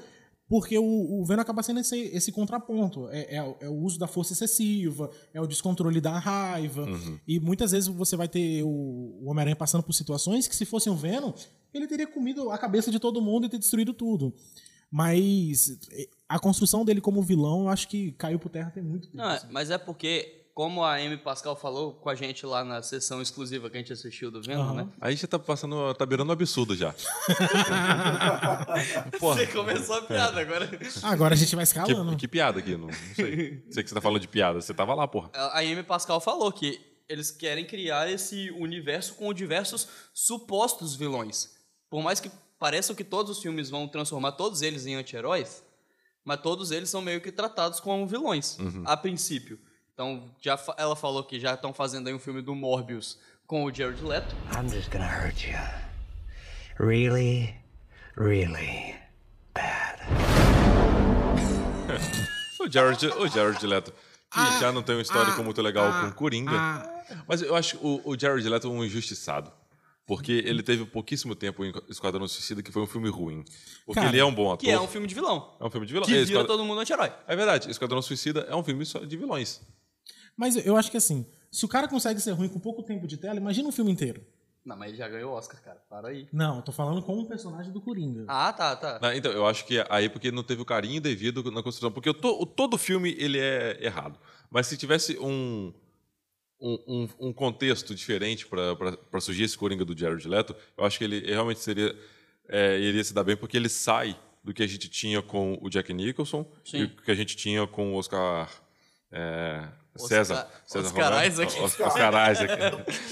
C: porque o, o Venom acaba sendo esse, esse contraponto. É, é o- é o uso da força excessiva, é o descontrole da raiva.
A: Uhum.
C: E muitas vezes você vai ter o, o Homem-Aranha passando por situações que, se fosse um Venom, ele teria comido a cabeça de todo mundo e ter destruído tudo. Mas eh, a construção dele como vilão, eu acho que caiu por terra tem muito tempo.
B: Não, é-
C: assim.
B: mas é porque, como a Amy Pascal falou com a gente lá na sessão exclusiva que a gente assistiu do Venom,
C: Aham.
B: né?
A: Aí já tá passando, tá beirando um absurdo já. Porra,
B: Você começou a piada agora.
C: Agora a gente vai
A: que,
C: escalando.
A: que piada aqui, não, não sei. Não sei que você tá falando de piada, você tava lá, porra.
B: A a Amy Pascal falou que eles querem criar esse universo com diversos supostos vilões. Por mais que pareçam que todos os filmes vão transformar todos eles em anti-heróis, mas todos eles são meio que tratados como vilões,
A: Uhum.
B: a princípio. Então, já fa- ela falou que já estão fazendo aí um filme do Morbius com o Jared Leto.
H: I'm just gonna hurt you. Really, really.
A: O Jared, o Jared Leto, que já não tem um histórico muito legal com Coringa.
C: ah,
A: Mas eu acho o, o Jared Leto um injustiçado. Porque
B: Uhum.
A: ele teve pouquíssimo tempo em Esquadrão Suicida, que foi um filme ruim. Porque
C: Cara,
A: ele é um bom ator.
B: Que é um filme de vilão.
A: É um filme de vilão.
B: Que
A: é,
B: vira
A: Esquadrão-
B: todo mundo anti-herói.
A: é verdade, Esquadrão Suicida é um filme só de vilões.
C: Mas eu acho que assim, se o cara consegue ser ruim com pouco tempo de tela, imagina um filme inteiro.
B: Não, mas ele já ganhou o Oscar, cara. Para aí.
C: Não, eu tô falando com um personagem do Coringa.
B: Ah, tá, tá.
A: Né, Então, eu acho que aí porque não teve o carinho devido na construção. Porque eu tô- o- todo filme ele é errado. Mas se tivesse um, um, um- um contexto diferente para surgir esse Coringa do Jared Leto, eu acho que ele realmente seria é, iria se dar bem porque ele sai do que a gente tinha com o Jack Nicholson
B: Sim.
A: e o que a gente tinha com o Oscar... é, César.
B: Oscar-
A: César
B: Oscar
A: Romero.
B: Isaac.
A: Os- Oscar Isaac.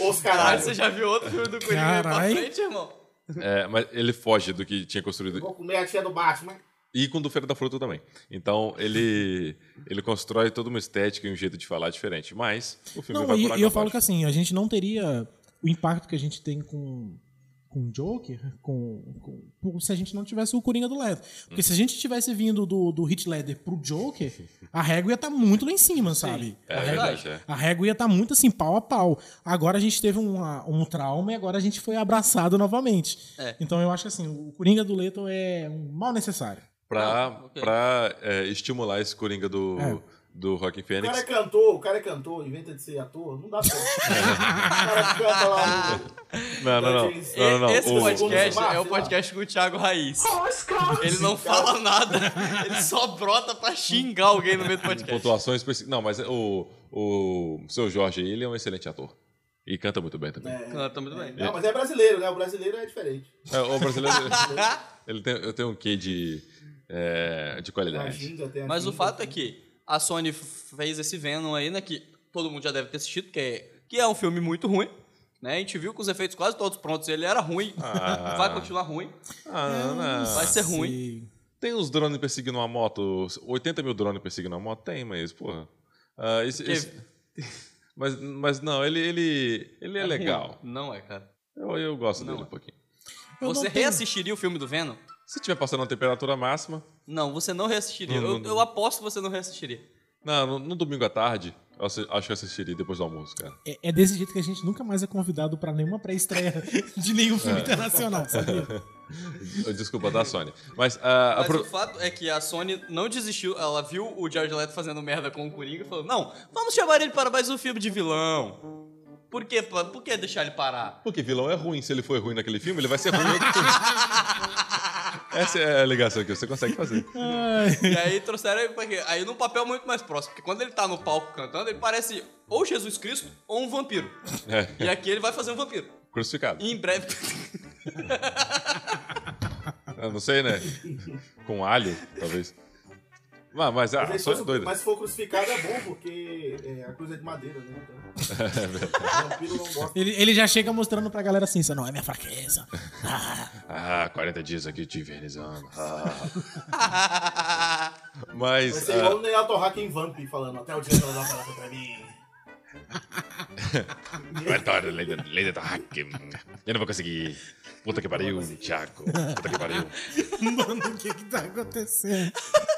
D: Os
B: Caralho,
D: caralho.
B: você já viu outro filme do Coringa aí pra
C: Caralho.
B: frente, irmão?
A: É, mas ele foge do que tinha construído.
D: Vou comer a tia do Batman.
A: E com o do Feira da Fruta também. Então, ele, ele constrói toda uma estética e um jeito de falar diferente. Mas o filme
C: Não,
A: vai
C: e,
A: por água
C: e eu
A: abaixo.
C: falo que assim, a gente não teria o impacto que a gente tem com com o Joker, com, com- com- se a gente não tivesse o Coringa do Leto. Porque se a gente tivesse vindo do, do Hit Leather pro Joker, a régua ia estar muito lá em cima, sabe?
A: É
C: a régua,
A: verdade, é.
C: a régua ia estar muito assim, pau a pau. Agora a gente teve uma- um trauma e agora a gente foi abraçado novamente.
B: É.
C: Então eu acho que assim, o Coringa do Leto é um mal necessário.
A: Pra,
B: Não, ok.
A: pra, é, estimular esse Coringa do,
C: É.
A: do Rockin'
D: O cara é
A: Fênix.
D: cantor, o cara é cantor, inventa de ser ator, não dá certo. o cara canta lá. no-
A: Não, não, não.
D: Esse-
A: não, não, não.
B: Esse
A: O-
B: podcast é o
D: Sei lá.
B: podcast com o Thiago Raiz. Ele não fala nada, ele só brota pra xingar alguém no meio do podcast.
A: pontuações específicas. Não, mas o, o seu Jorge, ele é um excelente ator. E canta muito bem também. É.
B: Não, tá muito bem.
D: Não, mas é brasileiro, né? O brasileiro é diferente.
A: o brasileiro, ele tem, eu tenho um quê de, é, de
D: A
A: qualidade.
D: ginga tem a
B: Mas o
D: ginga.
B: fato é que a Sony f- fez esse Venom aí, né? Que todo mundo já deve ter assistido, que é, que é um filme muito ruim. Né? A gente viu com os efeitos quase todos prontos. Ele era ruim,
A: Ah.
B: vai continuar ruim,
A: Ah, não.
B: vai ser ruim.
C: E-
A: Tem uns drones perseguindo uma moto. 80 mil drones perseguindo uma moto? Tem, mas, porra. Ah, esse-
B: Porque-
A: esse- mas, mas não, ele, ele, ele é, legal.
B: Ruim. Não é, cara.
A: Eu, eu gosto
B: Não. é.
A: dele um pouquinho.
C: eu não
B: Você
C: tenho-
B: reassistiria o filme do Venom?
A: Se tiver passando uma temperatura máxima,
B: Não, você não reassistiria.
A: Não,
B: eu,
A: não, não.
B: eu aposto que você não reassistiria.
A: não, no, no domingo à tarde, eu assi- acho que eu assistiria depois do almoço, cara.
C: É, é desse jeito que a gente nunca mais é convidado pra nenhuma pré-estreia de nenhum filme internacional, sabia?
A: Desculpa, da Sony. Mas, ah, a
B: Mas
A: pro-
B: o fato é que a Sony não desistiu. Ela viu o Jared Leto fazendo merda com o Coringa e falou: Não, vamos chamar ele para mais um filme de vilão. Por que, por que deixar ele parar?
A: Porque vilão é ruim. Se ele foi ruim naquele filme, ele vai ser ruim em outro filme. Essa é a ligação que você consegue fazer.
B: E aí trouxeram ele pra quê? Aí num papel muito mais próximo. Porque quando ele tá no palco cantando, ele parece ou Jesus Cristo ou um vampiro.
A: É,
B: E aqui ele vai fazer um vampiro.
A: crucificado.
B: E em breve.
A: Eu não sei, né? Com alho, talvez. Mas, mas ah,
D: Mas se
A: só é
D: fosse-
A: doida.
D: Mas se for crucificado é bom, porque é, a cruz é de madeira, né? Então, o vampiro não gosta.
C: Ele, ele já chega mostrando pra galera assim, isso não é minha fraqueza.
A: Ah, 40 dias aqui te invernizando. Ah.
D: Vai
A: Mas.
D: ser
A: ah,
D: igual o Neil Torraca em Vamp falando, até o dia que ela dá palavra pra mim.
A: ah, Vitória, Lady, Lady Hack. Eu não vou conseguir. Puta que pariu, Thiago. Puta que pariu.
C: Mano, o que que tá acontecendo?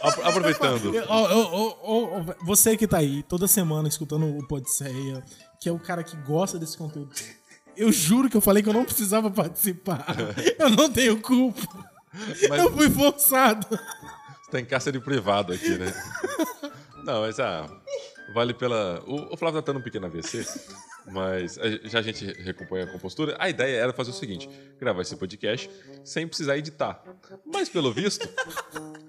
A: Apro- Aproveitando.
C: Ô, ô, ô, ô, ô, você que tá aí toda semana escutando o Podceia, que é o cara que gosta desse conteúdo. Eu juro que eu falei que eu não precisava participar. Eu não tenho culpa.
A: Mas-
C: Eu fui forçado.
A: Tá em cárcere privado aqui, né? Não, mas ah, vale pela. O, o Flávio tá tendo um pequeno AVC, mas a- já a gente recompõe a compostura. A ideia era fazer o seguinte: gravar esse podcast sem precisar editar. Mas pelo visto,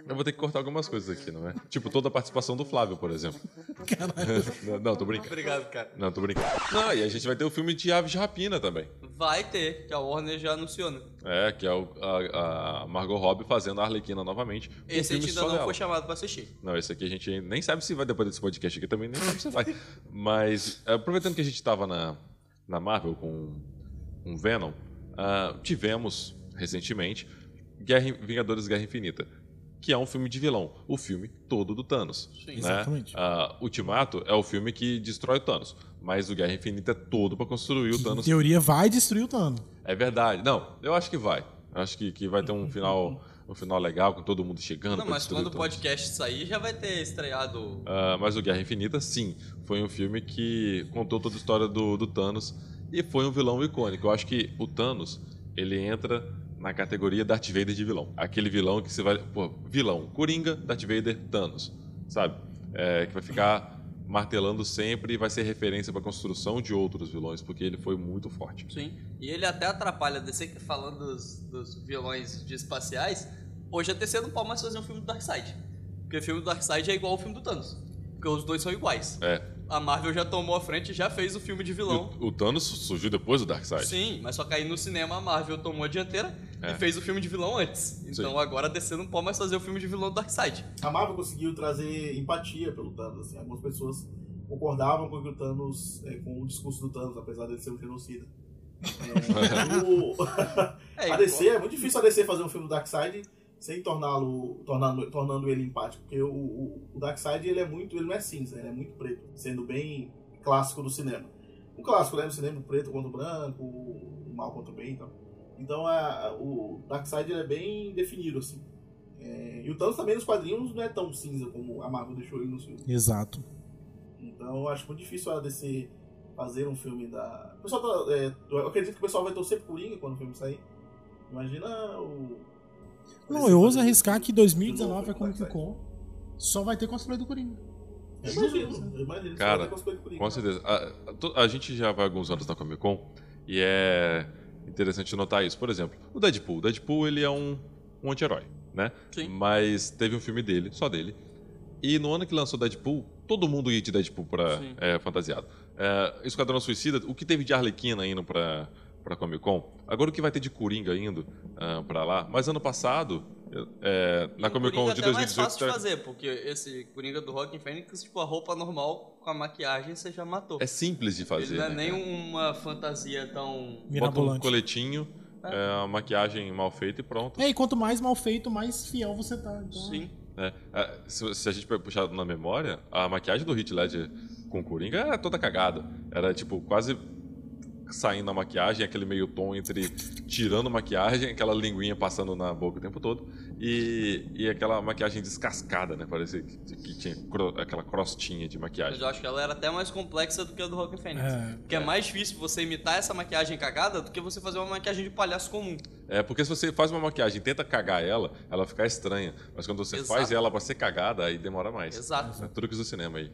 A: eu vou ter que cortar algumas coisas aqui, não é? Tipo, toda a participação do Flávio, por exemplo. Caralho. Não, tô brincando.
B: Obrigado, cara.
A: Não, tô brincando. Não, e a gente vai ter o filme de Aves de Rapina também.
B: Vai ter, que a Warner já anunciou, né?
A: É, que é o- a, a Margot Robbie fazendo a Arlequina novamente. com
B: Esse a
A: filme
B: gente ainda
A: só é
B: não
A: dela.
B: foi chamado pra assistir.
A: Não, esse aqui a gente nem sabe se vai depois desse podcast aqui também, nem sabe se vai. Mas, ah, aproveitando que a gente estava na, na Marvel com um Venom, ah, tivemos recentemente Guerra, In- Vingadores Guerra Infinita, que é um filme de vilão, o filme todo do Thanos. né?
C: Exatamente.
A: Ah, Ultimato é o filme que destrói o Thanos, mas o Guerra Infinita é todo para construir o
C: Em
A: Thanos.
C: teoria, vai destruir o Thanos.
A: É verdade. Não, eu acho que vai. Eu acho que, que vai ter um final, um final legal com todo mundo chegando.
B: Uhum. Não,
A: pra
B: mas
A: destruir
B: quando
A: o
B: o
A: Thanos.
B: podcast sair, já vai ter estreado.
A: Ah, mas o Guerra Infinita, sim, foi um filme que contou toda a história do, do Thanos e foi um vilão icônico. Eu acho que o Thanos, ele entra na categoria Darth Vader de vilão. Aquele vilão que você vai... Pô, vilão. Coringa, Darth Vader, Thanos. Sabe? É, que vai ficar martelando sempre e vai ser referência para construção de outros vilões, porque ele foi muito forte.
B: Sim. E ele até atrapalha a DC que falando dos, dos vilões de espaciais. Hoje a DC não pode mais fazer um filme do Darkseid. Porque o filme do Darkseid é igual ao filme do Thanos. Porque os dois são iguais.
A: É.
B: A Marvel já tomou a frente e já fez o filme de
A: E
B: vilão.
A: o, o Thanos surgiu depois do Darkseid.
B: Sim, mas só que aí no cinema a Marvel tomou a dianteira
A: É.
B: e fez o filme de vilão antes. Então
A: Sim.
B: agora a DC não pode mais fazer o filme de vilão do Darkseid.
D: A Marvel conseguiu trazer empatia pelo Thanos, assim, algumas pessoas concordavam com o, que o Thanos, é, com o discurso do Thanos, apesar dele ser um genocida. É, o-
B: É,
D: a DC, é muito difícil a DC fazer um filme do Darkseid sem torná-lo tornando, tornando ele empático, porque o, o, o Darkseid ele é muito, ele não é cinza, ele é muito preto, sendo bem clássico do cinema. Um clássico, né, do cinema, o preto contra o branco, o mal contra o bem e tal. Então a, a- o Darkseid ele é bem definido assim. É, e o Thanos também nos quadrinhos não é tão cinza como a Marvel deixou ele nos filmes.
C: Exato.
D: Então eu acho muito difícil a DC fazer um filme da. O pessoal tá, é, eu acredito que o pessoal vai torcer pro Coringa quando o filme sair. Imagina o.
C: Não, eu ouso arriscar que 2019
D: de
C: é
D: novo,
C: Comic
D: Darkseid.
C: Con. Só vai ter cosplay do Coringa.
D: Eu imagino, eu imagino.
A: Cara,
D: Só vai ter cosplay do Coringa.
A: Com certeza. A, a- to- a gente já vai há alguns anos na Comic Con e é interessante notar isso. Por exemplo, o Deadpool. O Deadpool ele é um, um anti-herói, né?
B: Sim.
A: Mas teve um filme dele, só dele. E no ano que lançou Deadpool, todo mundo ia de Deadpool pra,
B: Sim.
A: é, fantasiado. É, Esquadrão Suicida, o que teve de Arlequina indo pra, pra Comic Con, agora o que vai ter de Coringa indo ah, pra lá. Mas ano passado, é, na Comic Con de
B: até tá mais
A: 2018...
B: fácil de fazer, porque esse Coringa do Rock Fênix, tipo, a roupa normal com a maquiagem, você já matou.
A: É simples de fazer.
B: Ele não é
A: né,
B: nem
A: cara?
B: uma fantasia tão...
A: Bota um
C: Mirabolante.
A: coletinho, é, uma maquiagem mal feita e pronto.
C: É, e quanto mais mal feito, mais fiel você tá. Então,
B: Sim.
A: né? É, se, se a gente puxar na memória, a maquiagem do Heath Ledger com o Coringa era toda cagada. Era tipo quase saindo a maquiagem, aquele meio tom entre tirando maquiagem, aquela linguinha passando na boca o tempo todo e, e aquela maquiagem descascada, né? Parecia que, que tinha cro- aquela crostinha de
B: Mas
A: maquiagem.
B: eu acho que ela era até é mais complexa do que a do Rock Fênix.
C: É.
B: Porque é mais difícil você imitar essa maquiagem cagada do que você fazer uma maquiagem de palhaço comum.
A: É, porque se você faz uma maquiagem e tenta cagar ela, ela fica estranha. Mas quando você
B: Exato.
A: faz ela pra ser cagada, aí demora mais.
B: Exato.
A: É, Truques do cinema aí.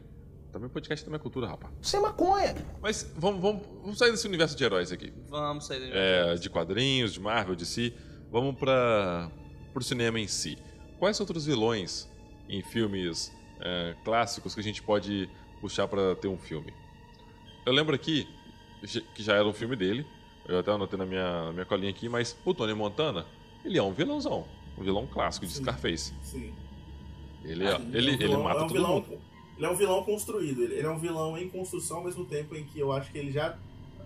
A: Também podcast também é cultura, rapaz.
H: Isso é maconha.
A: Mas vamos, vamos, vamos sair desse universo de heróis aqui.
B: Vamos sair da
A: É, de quadrinhos, de Marvel, de si. Vamos para pro cinema em si. Quais outros vilões em filmes é, clássicos que a gente pode puxar para ter um filme? Eu lembro aqui ge- que já era um filme dele. Eu até anotei na minha, na minha colinha aqui, mas o Tony Montana, ele é um vilãozão. Um vilão clássico de
D: Sim.
A: Scarface.
D: Sim.
A: Ele, ó,
D: É um
A: ele, ele
D: vilão-
A: mata
D: é um
A: todo
D: vilão,
A: mundo.
D: Ele é um vilão construído, ele, ele é um vilão em construção ao mesmo tempo em que eu acho que ele já.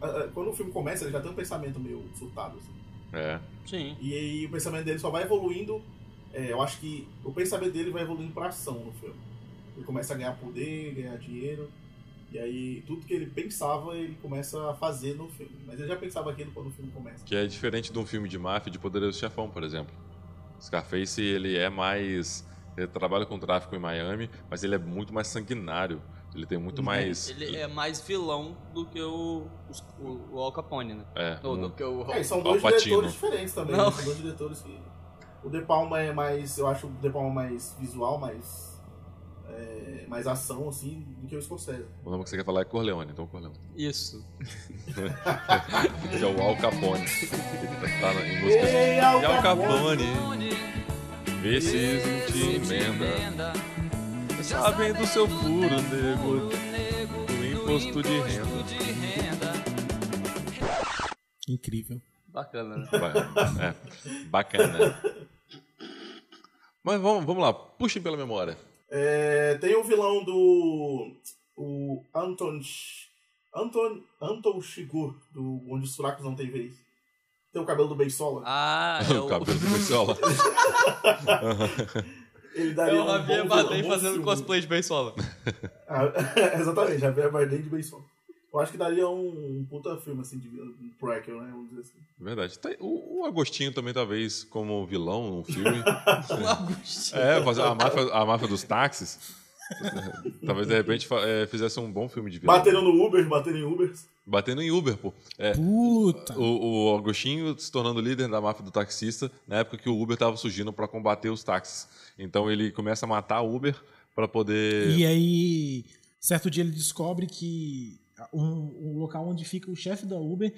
D: ah, ah, Quando o filme começa, ele já tem um pensamento meio surtado. Assim.
A: É.
B: Sim.
D: E aí o pensamento dele só vai evoluindo. é, eu acho que o pensamento dele vai evoluindo pra ação no filme. Ele começa a ganhar poder, ganhar dinheiro. E aí tudo que ele pensava, ele começa a fazer no filme. Mas ele já pensava aquilo quando o filme começa.
A: Que é diferente de um filme de máfia de Poderoso Chefão, por exemplo. Scarface, ele é mais. Ele trabalha com tráfico em Miami, mas ele é muito mais sanguinário. Ele tem muito mais.
B: Ele é mais vilão do que o, os- o, o Al Capone, né?
A: É,
B: Ou
A: um-
B: do que o...
D: É, e são
A: Al
D: dois
A: Pacino.
D: diretores diferentes também. né?
B: Não.
D: São dois diretores que. O De Palma é mais. Eu acho o De Palma mais visual, mais. é, mais ação, assim, do que o Scorsese.
A: O nome que você quer falar é Corleone, então Corleone.
B: Isso.
A: Que é o Al Capone. Ele tá na- em música.
D: Ei, Al
A: E Al é Capone,
B: Capone,
A: vê se isso te emenda. Sabem do seu furo, nego. Do imposto de renda.
C: Incrível.
B: Bacana, né?
A: Ba- é, bacana. Mas vamos, vamos lá, puxem pela memória.
D: É, tem o vilão do. O Anton. Ch- Anton, Anton Shigur, do Onde os Fracos Não Têm Vez. Tem o cabelo do Beisola.
B: Ah, é
A: o cabelo do pessoal lá.
D: Ele
B: É
D: daria
B: o
D: um bom
B: Javier
D: vilão, um
B: Bardem
D: bom
B: fazendo
D: filme.
B: cosplay de beisola.
D: Ah, exatamente, Javier Bardem de Beisola. Eu acho que daria um, um puta filme, assim, de um prequel, né? Vamos dizer assim.
A: Verdade. Tá- O, o Agostinho também, talvez, como vilão num filme.
B: O Agostinho.
A: é, fazer a máfia, a máfia dos táxis. talvez, de repente, fa- é, fizesse um bom filme de vilão.
D: Bateram no Uber, bateram em Uber.
A: Batendo em Uber, pô. É,
C: Puta.
A: o, o Agostinho se tornando líder da máfia do taxista na época que o Uber tava surgindo pra combater os táxis. Então ele começa a matar o Uber pra poder...
C: E aí, certo dia ele descobre que um, um local onde fica o chefe da Uber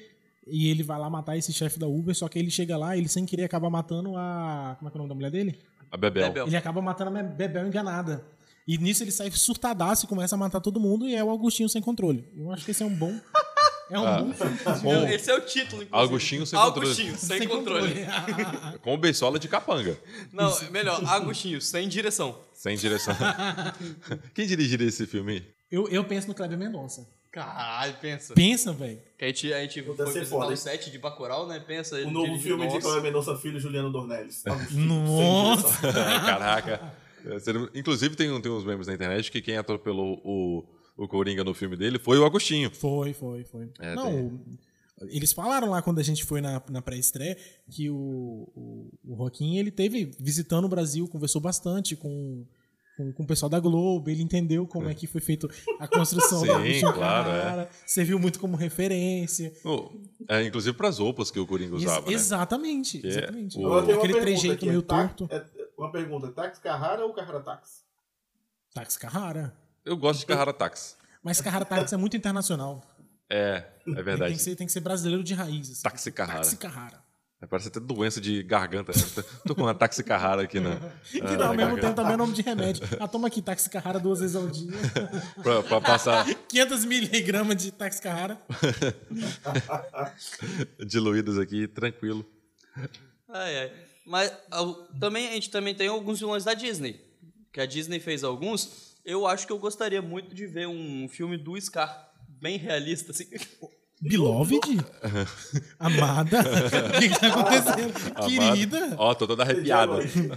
C: e ele vai lá matar esse chefe da Uber, só que ele chega lá, ele sem querer acaba matando a. Como é que é o nome da mulher dele?
A: A Bebel.
B: Bebel.
C: Ele acaba matando a Bebel enganada. E nisso ele sai surtadaço e começa a matar todo mundo e é o Agostinho sem controle. Eu acho que esse é um bom. É um
A: Ah,
C: bom filme.
A: Bom,
B: Esse é o título, inclusive.
A: Agostinho sem controle.
B: Agostinho sem controle.
A: com o Beisola de capanga.
B: Não, melhor, Agostinho sem direção.
A: Sem direção. Quem dirigiria esse filme?
C: Eu, eu penso no Kleber Mendonça.
B: Caralho, pensa.
C: Pensa, velho.
B: Que a gente, a gente foi
D: Deve ser
B: visitar
D: foda,
B: o
D: hein?
B: set de Bacurau, né? Pensa.
D: O
B: ele
D: novo
B: dirigiu,
D: filme de
B: nossa.
D: Cláudio Mendonça Filho e Juliano Dornelles. Tá,
C: Nossa!
A: Caraca. É, seria- Inclusive, tem, um- tem uns membros na internet que quem atropelou o, o Coringa no filme dele foi o Agostinho.
C: Foi, foi, foi.
A: É,
C: não, o- eles falaram lá quando a gente foi na, na pré-estreia que o, o, o Roquinha, ele teve visitando o Brasil, conversou bastante com, com, com o pessoal da Globo, ele entendeu como é que foi feito a construção
A: Sim,
C: da Sim,
A: claro, é.
C: cara, serviu muito como referência.
A: No- é, inclusive para as roupas que o Coringa
C: Ex-
A: usava, né?
C: Exatamente,
A: Que é
C: exatamente.
A: o-
D: Agora tem uma
C: Aquele
D: pergunta
C: trejeito
D: aqui,
C: meio
D: é tax-
C: torto.
D: é- uma pergunta, táxi Carrara ou Carrara táxi?
C: Táxi Carrara.
A: Eu gosto de Carrara Tax.
C: Mas Carrara Táxi é muito internacional.
A: É, é
C: Ele Tem
A: verdade.
C: que ser, tem que ser brasileiro de raiz. assim.
A: Táxi Carrara.
C: Táxi Carrara.
A: Parece até doença de garganta. né? Tô com uma Taxi Carrara aqui né? na.
C: Que
A: na
C: dá ao mesmo
A: garganta.
C: tempo também é nome de remédio. Ah, toma aqui, Taxi Carrara duas vezes ao dia.
A: Pra, pra passar
C: 500 miligramas de Taxi Carrara.
A: diluídas aqui, tranquilo.
B: Ai, ai. Mas ao- também, a gente também tem alguns vilões da Disney. Que a Disney fez alguns. Eu acho que eu gostaria muito de ver um filme do Scar. Bem realista, assim.
C: Beloved? Amada? O que, que tá acontecendo? Querida?
A: Ó, tô toda
D: é
A: arrepiada.
D: Entendi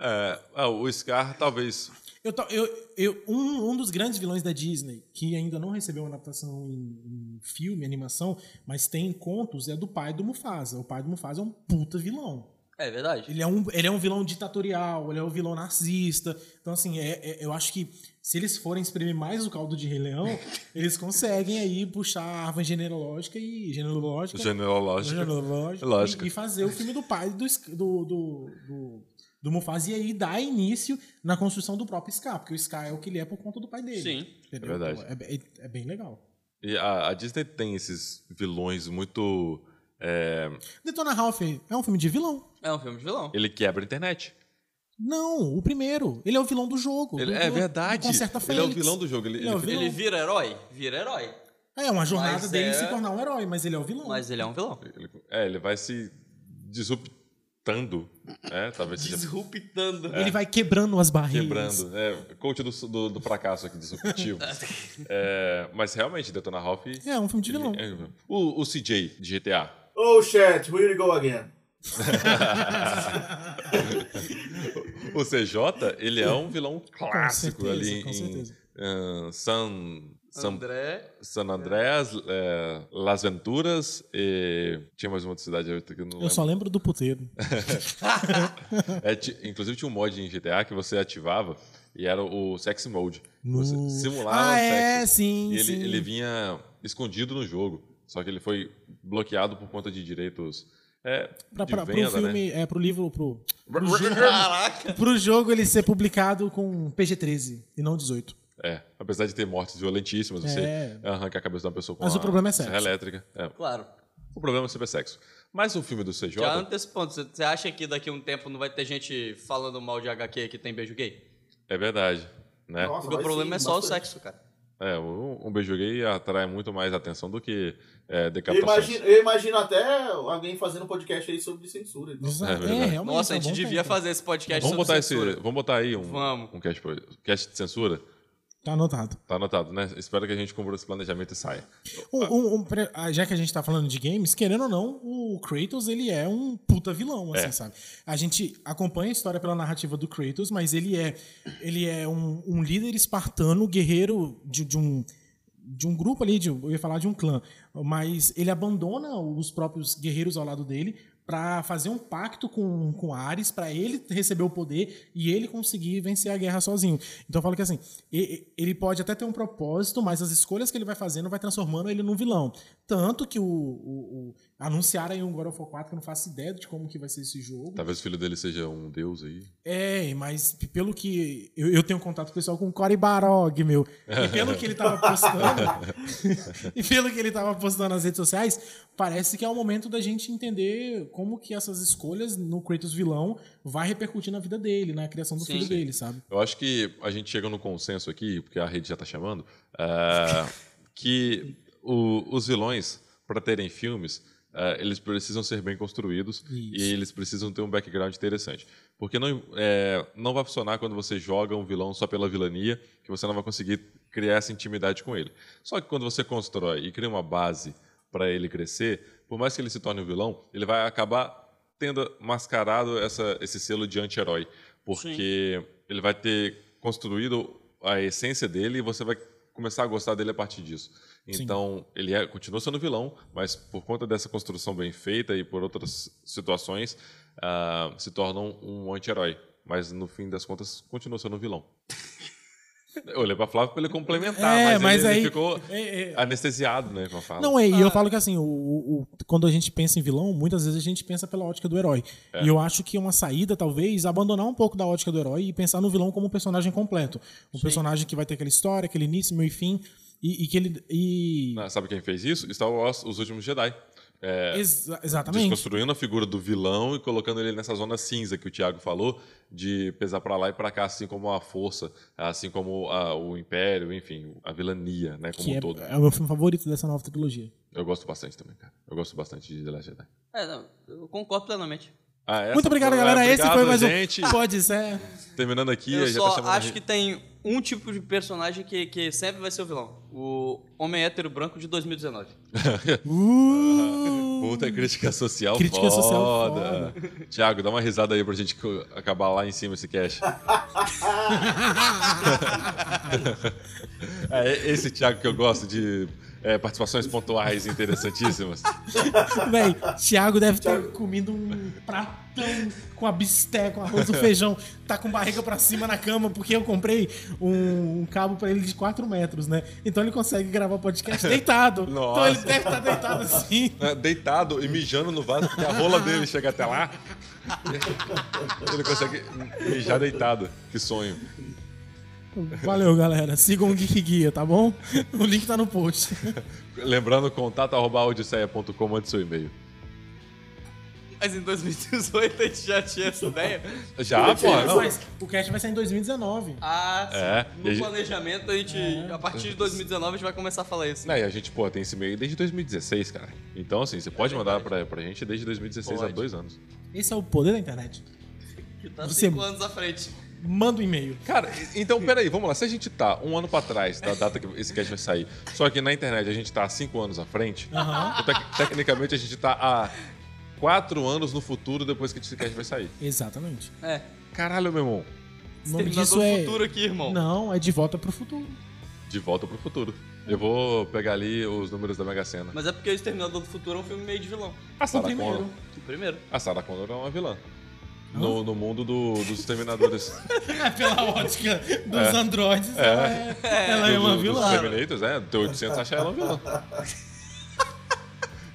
A: É, ah, o Scar talvez.
C: Eu, to- eu, eu, um, um dos grandes vilões da Disney, que ainda não recebeu uma adaptação em, em filme, animação, mas tem em contos, é do pai do Mufasa. O pai do Mufasa é um puta vilão.
B: É verdade.
C: Ele é um, ele é um vilão ditatorial, ele é um vilão narcisista. Então, assim, é- é- eu acho que se eles forem exprimir mais o caldo de Rei Leão, eles conseguem aí puxar a árvore genealógica e. Genealógica.
A: Genealógico.
C: genealógica
A: Lógico.
C: E, e fazer o filme do pai do, Sc- do, do, do, do Mufasa e aí dar início na construção do próprio Scar, porque o Scar é o que ele é por conta do pai dele.
B: Sim.
C: Entendeu?
A: É verdade.
C: Então, é, é- é bem legal.
A: E a, a Disney tem esses vilões muito. é,
C: Detona Ralph é um filme de vilão.
B: É um filme de vilão.
A: ele quebra a internet.
C: Não, o primeiro. Ele é o vilão do jogo.
A: Ele,
C: do-
A: é
C: do-
A: verdade.
C: do Conserta
A: Ele é o
C: Félix.
A: vilão do jogo. Ele,
C: Ele é o
A: ele-
B: Ele vira herói? Vira herói.
C: É uma jornada
B: Mas
C: dele
B: é-
C: se tornar um herói, mas ele é o vilão.
B: Mas ele é um vilão.
A: ele- é, ele vai se disruptando. É, talvez seja
B: Disruptando.
C: Ele vai quebrando as barreiras.
A: É. quebrando. É, coach do, do, do fracasso aqui, disruptivo. É, mas realmente, Detona Ralph.
C: É um filme de vilão.
A: ele- é, o, o CJ de GTA.
D: Oh, chat, here we go again.
A: O CJ, ele é um vilão clássico
C: certeza,
A: ali
C: com
A: em ah,
C: certeza.
A: ahn, San, San,
B: André.
A: San Andrés, eh, Las Venturas e... Tinha mais uma outra cidade eu que eu não
C: Eu só
A: lembro.
C: lembro do puteiro.
A: É, ti- inclusive tinha um mod em GTA que você ativava e era o Sex Mode. Você
C: No-
A: simulava
C: ah,
A: o
C: é,
A: sexo.
C: sim,
A: E ele,
C: sim.
A: ele vinha escondido no jogo. Só que ele foi bloqueado por conta de direitos é,
C: Pra,
A: de
C: pra- pro
A: venda, né?
C: filme, é, pro livro, pro,
B: Caraca.
C: pro jogo ele ser publicado com PG-13 e não 18.
A: É, apesar de ter mortes violentíssimas, você
C: É.
A: arranca a cabeça de uma pessoa com
C: Mas
A: uma
C: o problema é sexo.
A: serra elétrica. É,
B: Claro.
A: O problema é sempre é sexo. Mas o filme do CJ.
B: Já antecipando, você- você acha que daqui a um tempo não vai ter gente falando mal de HQ que tem beijo gay?
A: É verdade. Né?
D: Nossa,
B: Porque o
D: vai
B: problema
D: sim,
B: é só o
D: bastante.
B: sexo, cara.
A: É, um, um beijo gay atrai muito mais atenção do que é,
D: Eu
A: decapitações.
D: imagino, eu imagino até alguém fazendo um podcast aí sobre censura. então.
A: É
C: Exato.
A: verdade.
C: realmente,
B: Nossa, a
C: é um
B: gente
C: bom
B: devia
C: tempo.
B: fazer esse podcast
A: Vamos
B: sobre
A: botar, esse,
B: censura.
A: vamos botar aí um,
B: Vamos.
A: um cast, pro- cast de censura?
C: Tá anotado.
A: Tá anotado, né? Espero que a gente cumpra esse planejamento e saia.
C: Um- um- um- pre- ah, já que a gente tá falando de games, querendo ou não, o Kratos ele é um puta vilão, assim,
A: É.
C: sabe? A gente acompanha a história pela narrativa do Kratos, mas ele é, ele é um, um líder espartano, guerreiro de, de um de um grupo ali, de, eu ia falar de um clã, mas ele abandona os próprios guerreiros ao lado dele pra fazer um pacto com, com Ares, pra ele receber o poder e ele conseguir vencer a guerra sozinho. Então eu falo que assim, e- e- ele pode até ter um propósito, mas as escolhas que ele vai fazendo vai transformando ele num vilão. Tanto que o, o- o- anunciaram aí um God of War 4 que eu não faço ideia de como que vai ser esse jogo.
A: Talvez o filho dele seja um deus aí.
C: É, mas pelo que eu, eu tenho contato pessoal com o Cory Barog, meu. E pelo que ele tava postando, e pelo que ele tava postando nas redes sociais, parece que é o momento da gente entender como que essas escolhas no Kratos vilão vai repercutir na vida dele, na criação do
B: Sim.
C: filho
B: Sim.
C: dele, sabe?
A: Eu acho que a gente chega no consenso aqui, porque a rede já tá chamando, ah, que o- os vilões, para terem filmes, ah, eles precisam ser bem construídos e
C: Isso.
A: eles precisam ter um background interessante. Porque não, é, não vai funcionar quando você joga um vilão só pela vilania, que você não vai conseguir criar essa intimidade com ele. Só que quando você constrói e cria uma base para ele crescer, por mais que ele se torne um vilão, ele vai acabar tendo mascarado essa, esse selo de anti-herói. Porque ele vai ter construído a essência dele e você vai começar a gostar dele a partir disso. Então, ele é, continua sendo vilão, mas por conta dessa construção bem feita e por outras situações, ah, se torna um- um anti-herói. Mas no fim das contas, continua sendo um vilão. Eu olhei pra Flávio pra ele complementar,
C: É,
A: mas,
C: mas
A: ele, ele
C: aí-
A: ficou
C: é, é.
A: anestesiado, né, com a fala.
C: Não, é, e eu falo que assim, o, o- o- quando a gente pensa em vilão, muitas vezes a gente pensa pela ótica do herói.
A: É.
C: E eu acho que uma saída, talvez, é abandonar um pouco da ótica do herói e pensar no vilão como um personagem completo. Um personagem que vai ter aquela história, aquele início, meio e fim. E, e que ele. E...
A: Ah, Sabe quem fez isso? Star Wars, Os Últimos Jedi. É,
C: Exa- exatamente.
A: Desconstruindo a figura do vilão e colocando ele nessa zona cinza que o Thiago falou, de pesar pra lá e pra cá, assim como a força, assim como a- o império, enfim, a vilania, né, como
C: Que
A: um
C: é,
A: todo.
C: é o meu filme favorito dessa nova trilogia.
A: Eu gosto bastante também, cara. Eu gosto bastante de The Last Jedi.
B: É, não, eu concordo plenamente.
A: Ah, essa
C: Muito obrigado,
A: foi-
C: galera. Esse
A: obrigado,
C: foi mais
A: gente.
C: um. Pode ser.
A: Terminando aqui,
B: eu
A: já tá
B: só
A: chamando a
B: acho
A: gente.
B: que tem um tipo de personagem que, que sempre vai ser o vilão. O homem hétero branco de 2019.
C: Uh,
A: Puta crítica social foda.
C: Crítica social
A: Tiago, dá uma risada aí pra gente co- acabar lá em cima esse cast. é é esse Tiago que eu gosto de é, participações pontuais interessantíssimas.
C: Véi, Thiago deve ter comido um pratão com a bisteca, com arroz e feijão. Tá com barriga pra cima na cama, porque eu comprei um, um cabo pra ele de 4 metros, né? Então ele consegue gravar podcast deitado. Então
A: Nossa.
C: ele deve estar deitado assim.
A: É, Deitado e mijando no vaso, porque a rola dele chega até lá. Ele consegue mijar deitado. Que sonho.
C: Valeu, galera. Sigam o Geek Guia, tá bom? O link tá no post.
A: Lembrando, contato arroba odisseia.com, mande seu e-mail.
B: Mas em 2018 a gente já tinha essa ideia.
A: Já, pô. não.
C: Mas o cast vai sair em 2019.
B: Ah, sim.
A: É, e a
B: no
A: gente-
B: planejamento a gente,
C: É.
B: a partir de 2019 a gente vai começar a falar isso.
A: Não, e a gente, pô, tem esse e-mail desde 2016, cara. Então, assim, você pode mandar pra, pra gente desde 2016 há
B: Pode.
A: dois anos.
C: Esse é o poder da internet.
B: Que tá
C: Você-
B: cinco anos à frente.
C: Manda um e-mail.
A: Cara, e- então, peraí, vamos lá. Se a gente tá um ano pra trás da data que esse cast vai sair, só que na internet a gente tá há cinco anos à frente,
C: Aham.
A: então, tec- tecnicamente a gente tá há quatro anos no futuro depois que esse cast vai sair.
C: Exatamente.
B: É.
A: Caralho, meu irmão.
C: O nome
B: Terminador
C: disso
B: do
C: é.
B: futuro aqui, irmão.
C: Não, é de volta pro futuro.
A: De volta pro futuro. Eu vou pegar ali os números da Mega Sena.
B: Mas é porque o Exterminador do Futuro é um filme meio de vilão.
A: A Sarah
C: primeiro.
A: Connor.
B: O primeiro.
A: A Sarah Connor é uma vilã. No, no mundo do- dos Terminadores.
C: pela ótica dos androides, ela é, ela é
A: do-
C: uma
A: do-
C: vilã.
A: Dos Terminators, é. Do 800 achar ela um vilão.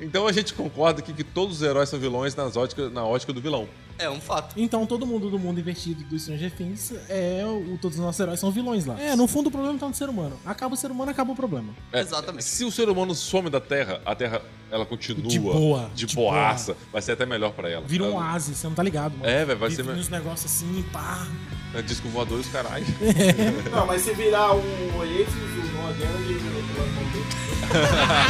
A: Então a gente concorda aqui que todos os heróis são vilões nas ótica, na ótica do vilão.
B: É um fato.
C: Então todo mundo do mundo invertido do Stranger Things é o, todos os nossos heróis são vilões lá. É, no fundo o problema tá no ser humano. Acaba o ser humano, acaba o problema.
A: É,
B: Exatamente.
A: Se o ser humano some da Terra, a Terra ela continua
C: De boa,
A: de,
C: de
A: boaça. Vai ser até melhor pra ela. É,
C: Vira um
A: Ela-
C: oásis, você não tá ligado, mano.
A: É, velho, vai
C: Vive
A: ser me-
C: uns negócios assim, pá.
A: é disco voador e os caralho.
D: Não, mas se virar um Oasis, um Noah Young, um- um- um-